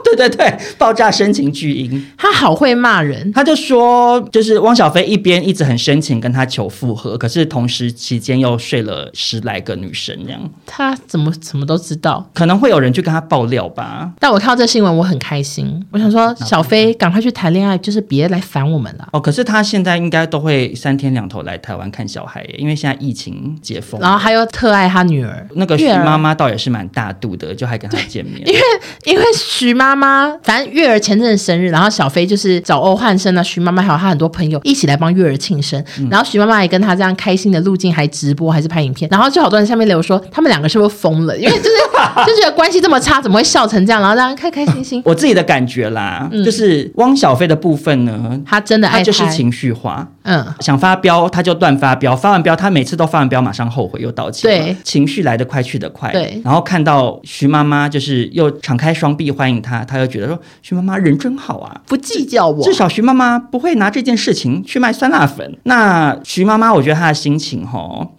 对对对，爆炸深情巨婴，他好会骂人。他就说，就是汪小菲一边一直很深情跟他求复合，可是同时期间又睡了十来个女生，这样他怎么怎么都知道，可能会有人去跟他爆料吧。但我看到这新闻，我很开心。我想说，小飞赶快去谈恋爱，就是别来烦我们了。哦，可是他现在应该都会三天两头来台湾看小孩耶，因为现在疫情解封。然后他又特爱他女儿，那个徐月儿妈妈倒也是蛮大度的，就还跟他见面。 因为因为徐妈妈，反正月儿前阵子生日，然后小飞就是找欧汉生啊，徐妈妈还有她很多朋友一起来帮月儿庆生，嗯然后徐妈妈也跟她这样开心的路径，还直播还是拍影片，然后就好多人下面留说他们两个是不是疯了？因为就是 就觉得关系这么差，怎么会笑成这样？然后让人开开心 心，我自己的感觉啦，就是汪小菲的部分呢，他嗯真的他爱就是拍情绪化。嗯。想发飙他就乱发飙，发完飙他每次都发完飙，马上后悔又道歉嘛，对情绪来得快去得快，对然后看到徐妈妈就是又敞开双臂欢迎他，他又觉得说徐妈妈人真好啊。不计较我至，少徐妈妈不会拿这件事情去卖酸辣粉。那徐妈妈，我觉得她的心情吼，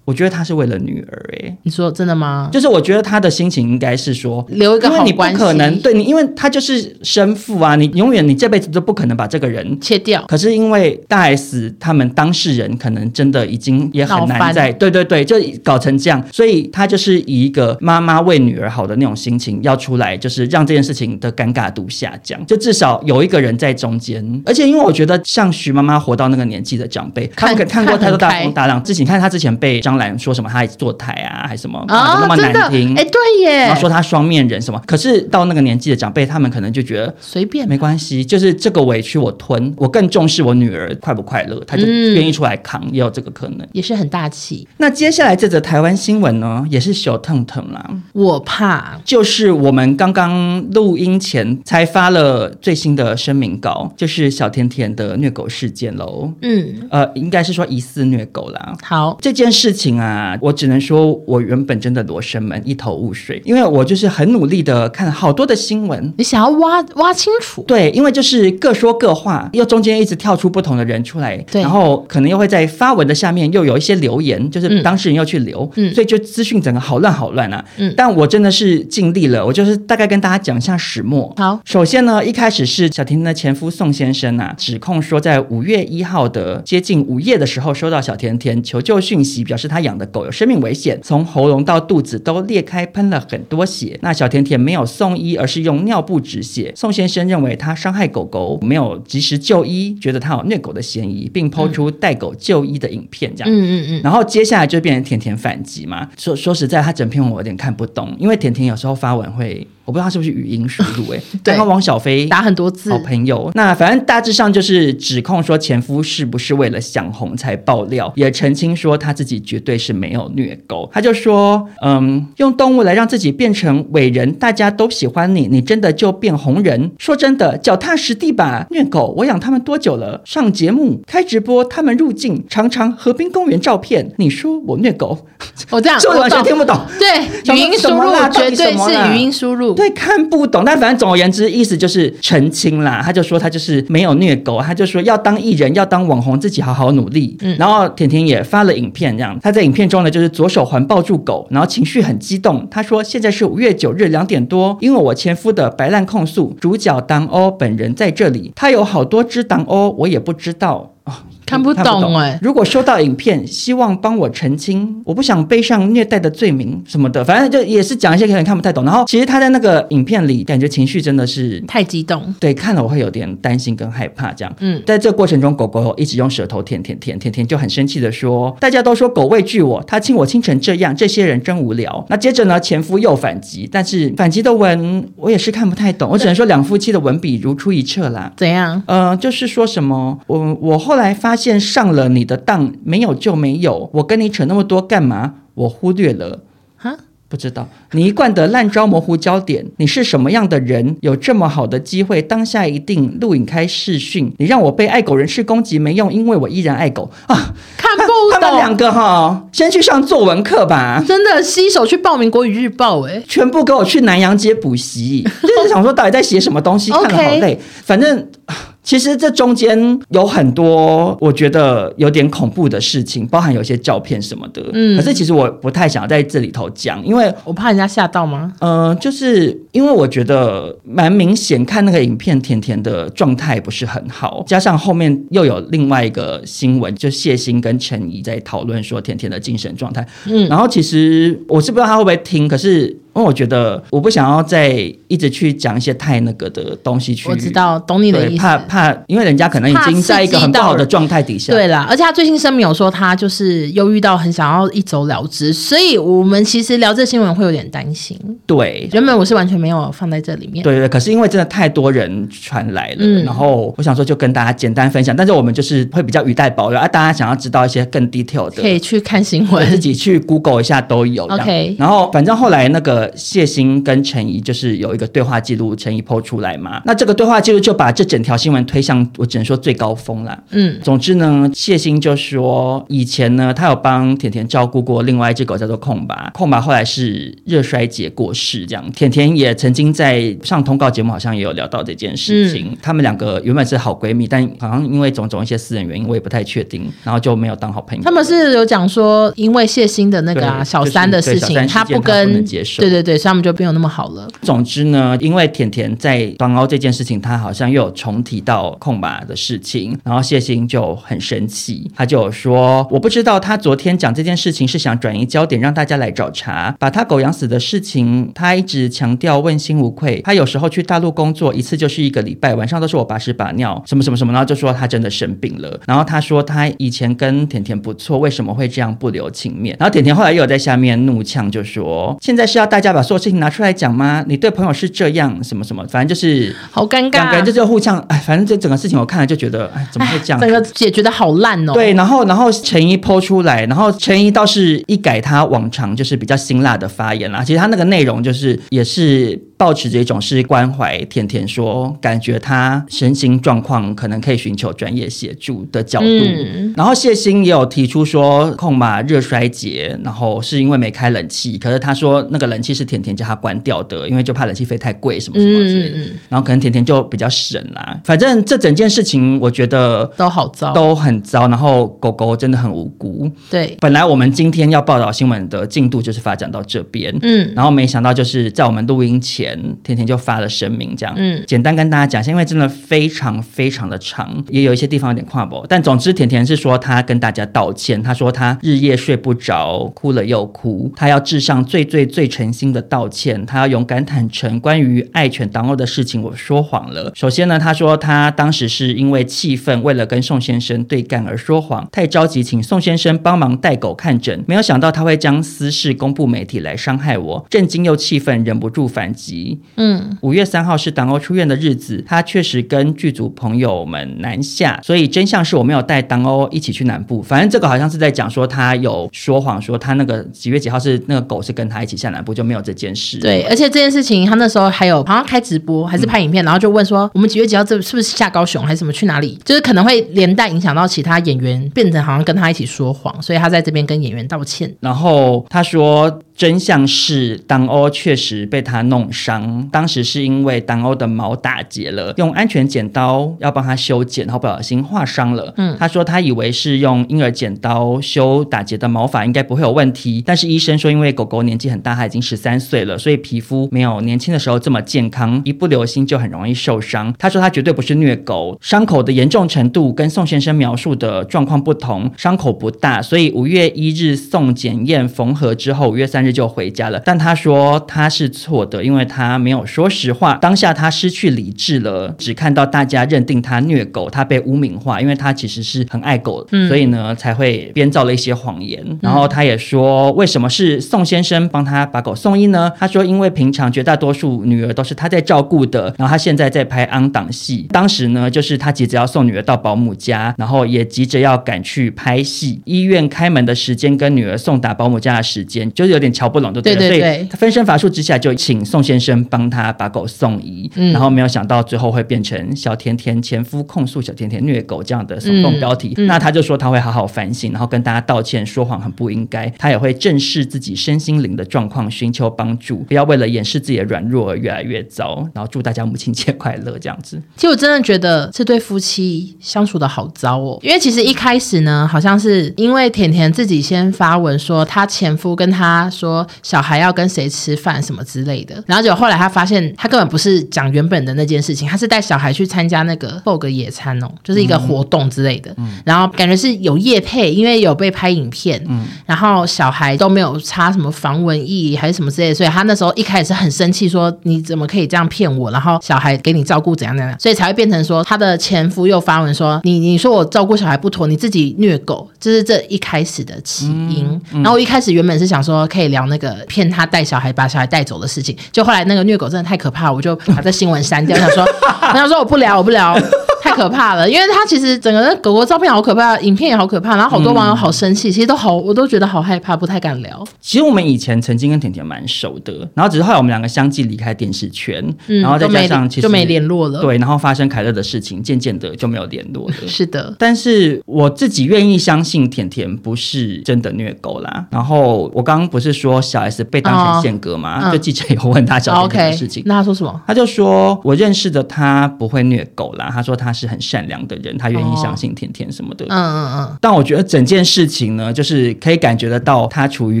我觉得她是为了女儿诶、你说真的吗？就是我觉得她的心情应该是说，留一个因为好你不关系，可能对你，因为她就是生父啊，你永远你这辈子都不可能把这个人切掉，可是因为大 S 他们当事人可能真的已经也很闹难翻在对对对，就搞成这样，所以他就是以一个妈妈为女儿好的那种心情要出来，就是让这件事情的尴尬度下降，就至少有一个人在中间。而且因为我觉得像徐妈妈活到那个年纪的长辈，他们看可看过看太多很大开风大浪，之前你看他之前被张兰说什么他坐台啊，还什么骂得啊、那么真的，难听哎、。对耶，然后说他双面人什么，可是到那个年纪的长辈，他们可能就觉得随便没关系，就是这个委屈我吞，我更重视我女儿快不快乐，她就愿意出来扛，也有这个可能。也是很大气。那接下来这则台湾新闻呢，也是小腾腾啦，我怕就是我们刚刚录音前才发了最新的声明稿，就是小甜甜的虐狗事件喽。嗯，呃，应该是说疑似虐狗啦。好，这件事情啊，我只能说，我原本真的罗生门一头雾水，因为我就是很努力的看好多的新闻，你想要挖挖清楚，对，因为就是各说各话，又中间一直跳出不同的人出来，对然后可能又会在发文的下面又有一些留言，就是嗯当事人又去留，嗯所以就资讯整个好乱好乱啊。嗯但我真的是尽力了，我就是大概跟大家讲一下始末。好，首先呢，一开始是小甜甜的前夫宋先生啊，指控说在五月一号的接近午夜的时候，收到小甜甜求救讯息，表示他养的狗有生命危险，从喉咙到肚子都裂开，喷了很多血。那小甜甜没有送医，而是用尿布止血。宋先生认为他伤害狗狗，没有及时就医，觉得他有虐狗的嫌疑，并抛出带狗就医的影片，这样。嗯嗯嗯，然后接下来就变成甜甜反击嘛。说说实在，他整篇我有点看不懂，因为甜甜有时候发文会，我不知道他是不是语音输入哎、欸， 对然后王小飞打很多字好，朋友，那反正大致上就是指控说前夫是不是为了想红才爆料，也澄清说他自己绝对是没有虐狗。他就说，嗯，用动物来让自己变成伟人，大家都喜欢你，你真的就变红人。说真的，脚踏实地吧。虐狗，我养他们多久了？上节目、开直播，他们入境，常常河滨公园照片。你说我虐狗，我哦这样这我啊我完全懂听不懂。对，想语说音输怎么入啦到绝底什对么啦是语音输入，对，看不懂。但反正总而言之，意思就是澄清啦。他就说他就是没有虐狗，他就说要当艺人，要当网红，自己好好努力。嗯然后甜甜也发了影片，这样他在影片中呢，就是左手环抱住狗，然后情绪很激动。他说现在是五月九日两点多，因为我前夫的白烂控诉，主角党欧本人在这里，他有好多只党欧，我也不知道。哦看不看不懂哎、如果收到影片，希望帮我澄清，我不想背上虐待的罪名什么的，反正就也是讲一些可能看不太懂。然后其实他在那个影片里，感觉情绪真的是太激动，对，看了我会有点担心跟害怕这样。嗯在这个过程中，狗狗一直用舌头舔舔舔舔舔，就很生气的说：“大家都说狗畏惧我，它亲我亲成这样，这些人真无聊。”那接着呢，前夫又反击，但是反击的文我也是看不太懂，我只能说两夫妻的文笔如出一辙啦。怎样？呃，就是说什么，我我后来发现上了你的当，没有就没有，我跟你扯那么多干嘛？我忽略了。哈，不知道你一贯的烂招模糊焦点，你是什么样的人？有这么好的机会，当下一定录影开视讯。你让我被爱狗人士攻击没用，因为我依然爱狗啊！看他不他们两懂，个哈，先去上作文课吧，真的洗手去报名国语日报哎、全部给我去南洋街补习。 就是想说到底在写什么东西，看 OK 了好累。反正 啊其实这中间有很多我觉得有点恐怖的事情，包含有一些照片什么的。嗯可是其实我不太想要在这里头讲，因为我怕人家吓到吗？呃，就是因为我觉得蛮明显，看那个影片，甜甜的状态不是很好，加上后面又有另外一个新闻，就谢欣跟陈怡在讨论说甜甜的精神状态。嗯然后其实我是不知道他会不会听，可是因为我觉得我不想要再一直去讲一些太那个的东西去，我知道，懂你的对，意怕思。怕，因为人家可能已怕经刺在一个激很不到好的人状态底下。对啦，而且他最新声明有说他就是忧郁到很想要一走了之，所以我们其实聊这新闻会有点担心。对，原本我是完全没有放在这里面。对对，可是因为真的太多人传来了，嗯然后我想说就跟大家简单分享，但是我们就是会比较语带保留啊，大家想要知道一些更 detail 可以的。去看新对自闻，己去 Google 一下都有这样 OK 然后反正后来那个谢欣跟陈怡就是有一个对话记录，陈怡 PO 出来嘛，那这个对话记录就把这整条新闻推向我只能说最高峰啦。嗯，总之呢，谢欣就说，以前呢，他有帮甜甜照顾过另外一只狗，叫做控吧。控吧后来是热衰竭过世，这样。甜甜也曾经在上通告节目，好像也有聊到这件事情。嗯她们两个原本是好闺蜜，但好像因为种种一些私人原因，我也不太确定，然后就没有当好朋友。他们是有讲说，因为谢欣的那个、啊、嗯对小三的事就是情，对小三事件他不他不跟能接受对对对，所以他们就没有那么好了。总之呢，因为甜甜在短凹这件事情，她好像又有重提到控吧的事情，然后谢欣就很生气，他就有说：“我不知道他昨天讲这件事情是想转移焦点，让大家来找茬，把他狗养死的事情，他一直强调问心无愧。他有时候去大陆工作一次就是一个礼拜，晚上都是我把屎把尿，什么什么什么，然后就说他真的生病了。然后他说他以前跟甜甜不错，为什么会这样不留情面？然后甜甜后来又有在下面怒呛，就说：现在是要大家把所有事情拿出来讲吗？你对朋友是这样什么什么，反正就是好尴尬，啊两个人就是互呛。哎，反正这整个事情我看了就觉得，哎，怎么会这样？整个解决的好烂哦。对，，然后然后陈怡剖出来，然后陈怡倒是一改他往常就是比较辛辣的发言啦。其实他那个内容就是也是抱持着一种是关怀甜甜说，感觉他身心状况可能可以寻求专业协助的角度。嗯然后谢欣也有提出说，控马热衰竭，然后是因为没开冷气，可是他说那个冷气是甜甜叫他关掉的，因为就怕冷气费太贵什么什么之类的。嗯嗯嗯，然后可能甜甜就比较省啦。反正这整件事情，我觉得都好糟。都很糟，然后狗狗真的很无辜。对，本来我们今天要报道新闻的进度就是发展到这边。嗯，然后没想到，就是在我们录音前，甜甜就发了声明，这样，嗯简单跟大家讲一下，因为真的非常非常的长，也有一些地方有点跨步，但总之，甜甜是说她跟大家道歉，她说她日夜睡不着，哭了又哭，她要致上最最最诚心的道歉，她要勇敢坦诚关于爱犬党欧的事情，我说谎了。首先呢，她说她当时是因为气愤，为了跟宋先生对干而说谎，太着急，请宋先生帮忙带狗看诊，没有想到他会将私事公布媒体来伤害我，震惊又气愤，忍不住反击。嗯，五月三号是党欧出院的日子，他确实跟剧组朋友们南下，所以真相是我没有带党欧一起去南部。反正这个好像是在讲说他有说谎，说他那个几月几号是那个狗是跟他一起下南部，就没有这件事。对，而且这件事情他那时候还有好像开直播还是拍影片，然后就问说我们几月几号这是不是下高雄还是什么去哪里，就是可能会连带影响到其他演员，变成好像跟他一起说谎，所以他在这边跟演员道歉。然后他说，真相是当欧确实被他弄伤，当时是因为当欧的毛打结了，用安全剪刀要帮他修剪，然后不小心划伤了。嗯，他说他以为是用婴儿剪刀修打结的毛发，应该不会有问题，但是医生说，因为狗狗年纪很大，它已经十十三岁了，所以皮肤没有年轻的时候这么健康，一不留心就很容易受伤。他说他绝对不是虐狗，伤口的严重程度跟宋先生描述的状况不同，伤口不大，所以五月一日送检验缝合之后，五月三日就回家了。但他说他是错的，因为他没有说实话，当下他失去理智了，只看到大家认定他虐狗，他被污名化，因为他其实是很爱狗，嗯所以呢才会编造了一些谎言。然后他也说，为什么是宋先生帮他把狗送医呢？他说，因为平常绝大多数女儿都是他在照顾的，然后他现在在拍昂档戏，当时呢就是他急着要送女儿到保姆家，然后也急着要赶去拍戏，医院开门的时间跟女儿送达保姆家的时间，就是有点瞧不拢，就对了对对所以对他分身乏术之下，就请宋先生帮他把狗送医，嗯然后没有想到最后会变成小甜甜前夫控诉小甜甜虐狗这样的耸动标题。嗯嗯那他就说他会好好反省，然后跟大家道歉，说谎很不应该。他也会正视自己身心灵的状况，寻求帮助，不要为了掩饰自己的软弱而越来越糟。然后祝大家母亲节快乐，这样子。其实我真的觉得这对夫妻相处的好糟哦，因为其实一开始呢，好像是因为甜甜自己先发文说她前夫跟她说小孩要跟谁吃饭什么之类的，然后结果后来她发现她根本不是讲原本的那件事情，她是带小孩去参加那个 BOG 野餐哦，就是一个活动之类的，然后感觉是有业配，因为有被拍影片，然后小孩都没有擦什么防蚊液还是什么之类的，所以他那时候一开始很生气，说你怎么可以这样骗我？然后小孩给你照顾怎样怎样，所以才会变成说他的前夫又发文说你你说我照顾小孩不妥，你自己虐狗，这是这一开始的起因。嗯然后我一开始原本是想说可以聊那个骗他带小孩把小孩带走的事情，就后来那个虐狗真的太可怕，我就把这新闻删掉，想说 我想说我不聊我不聊。太可怕了，因为他其实整个那狗狗照片好可怕，影片也好可怕，然后好多网友好生嗯气，其实都好，我都觉得好害怕，不太敢聊。其实我们以前曾经跟甜甜蛮熟的，然后只是后来我们两个相继离开电视圈，嗯，然后再都加没上其实就没联络了。，对，然后发生凯乐的事情，渐渐的就没有联络了。是的，但是我自己愿意相信甜甜不是真的虐狗啦。然后我刚刚不是说小 S 被当成宪哥吗？哦嗯哦就记者有问他小甜甜啊 OK 的事情。那他说什么？他就说：“我认识的他不会虐狗啦。”他说他是很善良的人，他愿意哦相信甜甜什么的。嗯嗯嗯，但我觉得整件事情呢，就是可以感觉得到他处于一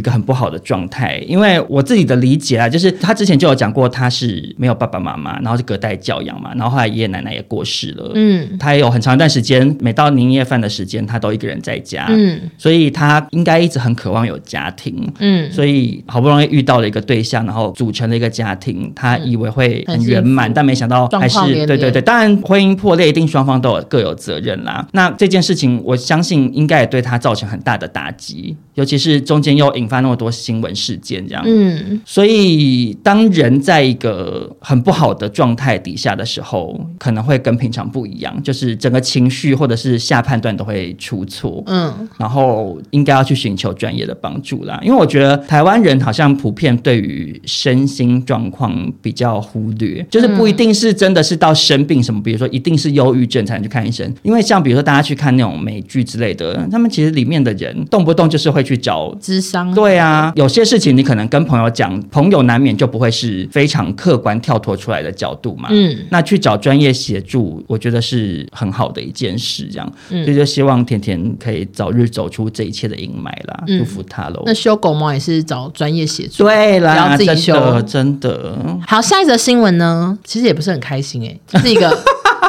个很不好的状态，因为我自己的理解啊，就是他之前就有讲过他是没有爸爸妈妈，然后是隔代教养嘛，然后后来爷爷奶奶也过世了，嗯他也有很长一段时间，每到年夜饭的时间，他都一个人在家，嗯所以他应该一直很渴望有家庭。嗯，所以好不容易遇到了一个对象，然后组成了一个家庭，他以为会很圆满，但没想到还是状况连连对对对。当然，婚姻破裂一定双方都有各有责任啦。那这件事情，我相信应该也对他造成很大的打击，尤其是中间又引发那么多新闻事件这样。嗯，所以，当人在一个很不好的状态底下的时候，可能会跟平常不一样，就是整个情绪或者是下判断都会出错。嗯，然后应该要去寻求专业的帮助啦，因为我觉得台湾人好像普遍对于身心状况比较忽略，就是不一定是真的是到生病什么，比如说一定是忧郁症才能去看医生，因为像比如说大家去看那种美剧之类的，他们其实里面的人动不动就是会去找智商，对啊，有些事情你可能跟朋友讲，朋友难免就不会是非常客观跳脱出来的角度嘛。嗯，那去找专业协助，我觉得是很好的一件事，这样，嗯所以就希望甜甜可以早日走出这一切的阴霾啦，嗯祝福她喽那。修狗毛也是找专业协助。对不啦，要自己真的修真的，好，下一则新闻呢，其实也不是很开心诶、就是 一个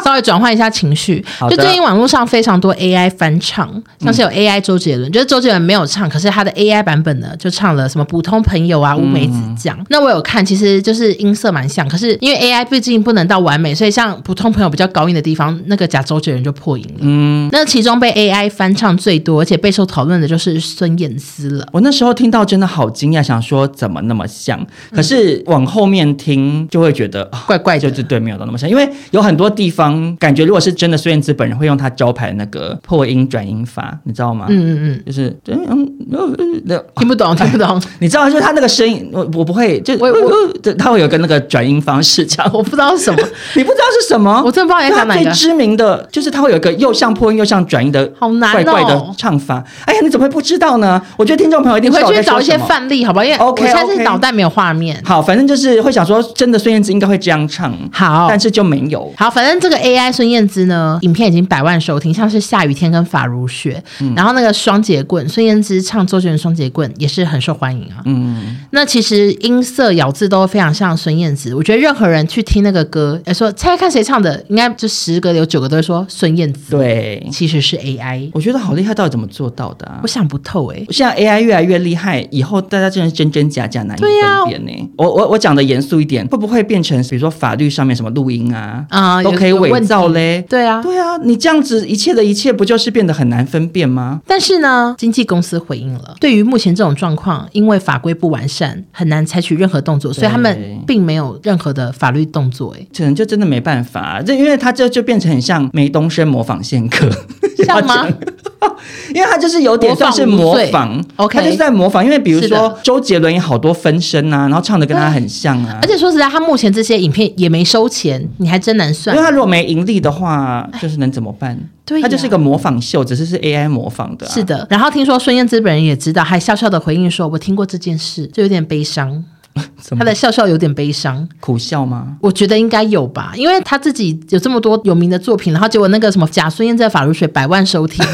稍微转换一下情绪。好的就最近网络上非常多 AI 翻唱，像是有 AI 周杰伦，就是周杰伦没有唱，可是他的 AI 版本呢，就唱了什么普通朋友啊、乌梅子酱。那我有看，其实就是音色蛮像，可是因为 AI 毕竟不能到完美，所以像普通朋友比较高音的地方，那个假周杰伦就破音了。嗯，那其中被 AI 翻唱最多，而且备受讨论的就是孙燕姿了。我那时候听到真的好惊讶，想说怎么那么嗯像，可是往后面听就会觉得啊怪怪的就是对没有到那么像，因为有很多地方感觉如果是真的孙燕姿本人会用她招牌的那个破音转音法，你知道吗？嗯嗯嗯，就是嗯嗯嗯嗯嗯，听不懂，听不懂， 你知道，就是他那个声音，我我不会，就我我对他会有个那个转音方式，这样我不知道是什么，你不知道是什么，我真的不知道你在讲哪他个最知名的就是他会有一个又像破音又像转音的，好难哦怪怪的唱法。哎呀，你怎么会不知道呢？我觉得听众朋友一你定回知道我去在找说一些什么。范例好不好？因为 OK，我现在 OK 是脑袋没有画面。好，反正就是会想说，真的孙燕姿应该会这样唱，好，但是就没有。好，反正这个 AI 孙燕姿呢，影片已经百万收听，像是下雨天跟法如雪，嗯然后那个双节棍，孙燕姿唱周杰伦双节棍也是很受欢迎啊。嗯，那其实音色、咬字都非常像孙燕姿。我觉得任何人去听那个歌，呃，说猜猜看谁唱的，应该就十个有九个都会说孙燕姿。，对，其实是 AI。我觉得好厉害，到底怎么做到的啊我？想不透哎、现在 AI 越来越厉害，以后大家真的是真真假假难以对啊呀分辨呢、我我我讲的严肃一点，会不会变成比如说法律上面什么录音啊，啊都有可以有伪问题造嘞？对啊，对啊，你这样子一切的一切，不就是变得很难分辨吗？但是呢，经纪公司回应了，对于目前这种状况，因为法规不完善，很难采取任何动作，所以他们并没有任何的法律动作、 欸。可能就真的没办法，啊这因为他这就变成很像梅东升模仿宪歌，像 吗？因为他就是有点算是模模仿仿无罪，OK 他就是在模仿。因为比如是说的周杰伦有好多分身啊，然后唱的跟他很像啊而，且说实在，他目前这些影片也没收钱，你还真难因 算为。他如果没盈利的话，就是能怎么办？哎对呀他就是一个模仿秀，只是是 AI 模仿的、啊是，的，然后听说孙燕姿本人也知道，还笑笑的回应说：“我听过这件事，就有点悲伤。” 怎么她的笑笑有点悲伤，苦笑吗？我觉得应该有吧，因为她自己有这么多有名的作品，然后结果那个什么假孙燕姿的法如雪百万 收听，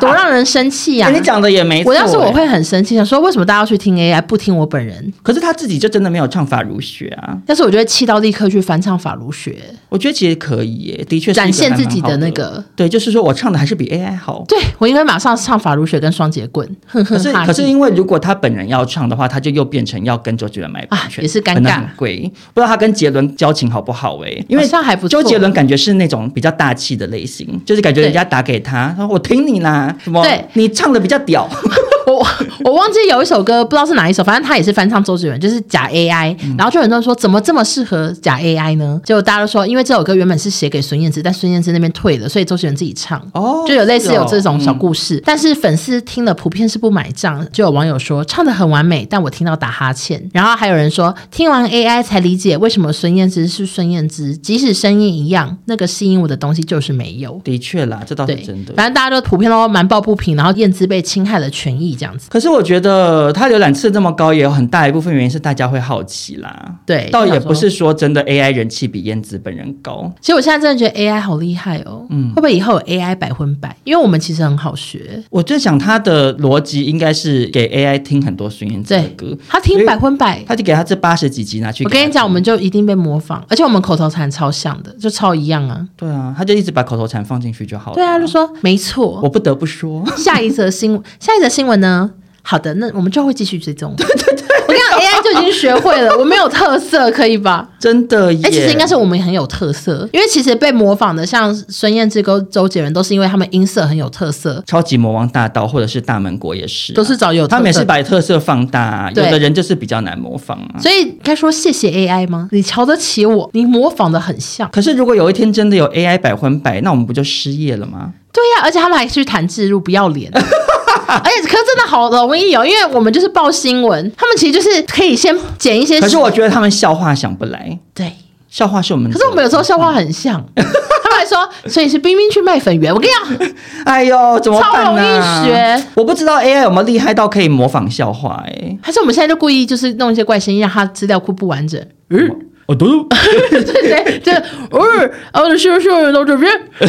多让人生气啊呀、哎你讲的也没错、我要是我哎会很生气，想说为什么大家要去听 AI 不听我本人？可是他自己就真的没有唱法如雪啊。要是我就会气到立刻去翻唱法如雪，我觉得其实可以耶、的确是一个展现还蛮自己好的那个。对，就是说我唱的还是比 AI 好。对我应该马上唱法如雪跟双节棍，哼哼可 是哈可是嘿因为如果他本人要唱的话，他就又变成要跟周杰伦买版啊权，也是尴尬可能很贵。不知道他跟杰伦交情好不好哎、因为好像还不错周杰伦感觉是那种比较大气的类型，就是感觉人家打给他，他说我挺你啦，什么对你唱的比较屌， 我我忘记有一首歌，不知道是哪一首，反正他也是翻唱周杰伦，就是假 AI，、然嗯后就有很多人说怎么这么适合假 AI 呢？结果大家都说，因为这首歌原本是写给孙燕姿，但孙燕姿那边退了，所以周杰伦自己唱。哦就有类似是哦有这种小故事，但是粉丝听了普遍是不买账。就有网友说唱的很完美，但我听到打哈欠。然后还有人说听完 AI 才理解为什么孙燕姿是孙燕姿，即使声音一样，那个吸引我的东西就是没有。的确啦，这倒是对啊真的，。反正大家都普遍都蛮抱不平，然后燕姿被侵害了权益这样子。可是我觉得他浏览次这么高，也有很大一部分原因是大家会好奇啦。对倒就也想说不是说真的 AI 人气比燕子本人高。其实我现在真的觉得 AI 好厉害哦，嗯会不会以后有 AI 百分百？因为我们其实很好学，我在想他的逻辑应该是给 AI 听很多孙燕姿的对歌，，他听百分百，他就给他这八十几集拿去。我跟你讲，我。们就一定被模仿，而且我们口头禅超像的，就超一样啊。对啊，他就一直把口头禅放进去就好了。对啊，就说没我错。不得不说， 下一则新闻，下一则新闻呢？好的，那我们就会继续追 踪。对对对，我跟你讲 AI 就已经学会了，我们有特色，可以吧？真的耶。哎、其实应该是我们很有特色，因为其实被模仿的像孙燕姿跟周杰伦，都是因为他们音色很有特色，超级魔王大道或者是大门国也是啊、都是找有特色的。他们也是把特色放大、啊，有对的人就是比较难模仿啊。所以该说谢谢 AI 吗？你瞧得起我，你模仿的很像。可是如果有一天真的有 AI 百分百，那我们不就失业了吗？对呀、而且他们还去谈置入，不要 脸。而且可是真的好容易哦，因为我们就是报新闻，他们其实就是可以先剪一些。可是我觉得他们笑话想不来，对，笑话是我们。可是我们有时候，笑话很 像，他们还说，所以是冰冰去卖粉圆。我跟你讲，哎呦，怎么办、啊、超容易学。我不知道 AI 有没有厉害到可以模仿笑话、哎，还是我们现在就故意就是弄一些怪声音，让他资料库不完整。嗯，我都 对对，呃就偶尔偶尔秀秀到这边，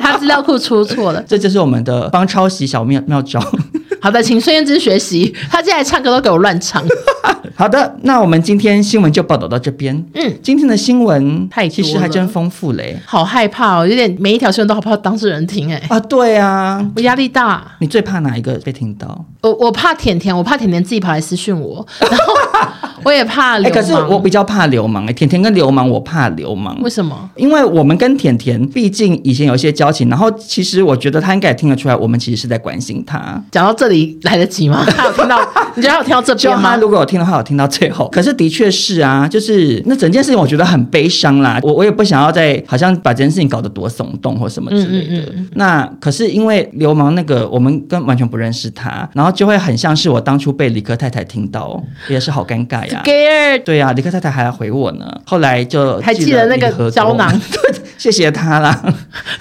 他资料库出错了。 这就是我们的帮抄袭小妙妙 招。好的，请孙燕姿学习，他现在唱歌都给我乱唱。好的，那我们今天新闻就报道到这边。嗯，今天的新闻太多其实还了真丰富嘞、好害怕哦，有点每一条新闻都好怕当事人听哎、啊，对啊，我压力大，你最怕哪一个被听到？我我怕甜甜，我怕甜甜自己跑来私讯我，然后我也怕哎、流氓。可是我比较怕流氓、哎，甜甜跟流氓，我怕流氓为。什么？因为我们跟甜甜毕竟以前有一些交情，然后其实我觉得他应该也听得出来，我们其实是在关心他。讲到这里来得及 吗？他有听到？ 你觉得他有听到这就边他吗？如果有听的话，有听到最后。可是的确是啊，就是那整件事情，我觉得很悲伤啦。我我也不想要再好像把这件事情搞得多耸动或什么之类的。嗯嗯嗯那可是因为流氓那个，我们跟完全不认识他，然后就会很像是我当初被理科太太听到，也是好尴尬呀。 scared， 对呀、理科太太还来回我呢，后来就还记得那礼盒个给我胶 囊，谢谢 他啦。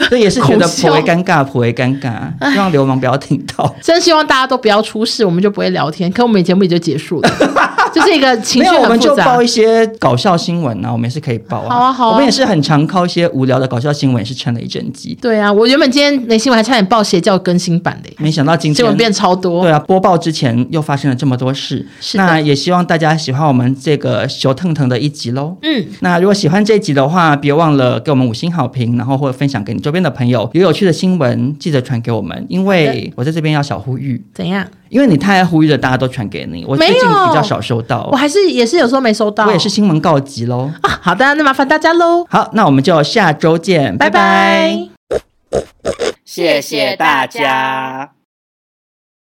这也是觉苦得颇笑为尴尬，颇为尴尬，希望流氓不要听到。 真希望大家都不要出事，我们就不会聊天。可我们节目也就结束了，就是这个情没绪有，我很们复就杂报一。些搞笑新闻啊，我们也是可以报啊。好啊好啊我们也是很常靠一些无聊的搞笑新闻，是撑了一整集。对啊，我原本今天那新闻还差点报邪教更新版的耶，没想到今结果天变超多。对啊，播报之前又发生了这么多事，是的那也希望大家喜欢我们这个熊腾腾的一集喽。嗯，那如果喜欢这一集的话，别忘了给我们五星好评，然后或者分享给你周边的朋友。有有趣的新闻记得传给我们，因为我在这边要小呼吁，怎样？因为你太爱呼吁了，大家都传给你。我最近没有比较少收到我，还是也是有时候没收到。哦我也是新闻告急喽。啊。 好的，那麻烦大家喽，好，那我们就下周见，拜拜拜拜。谢谢大家。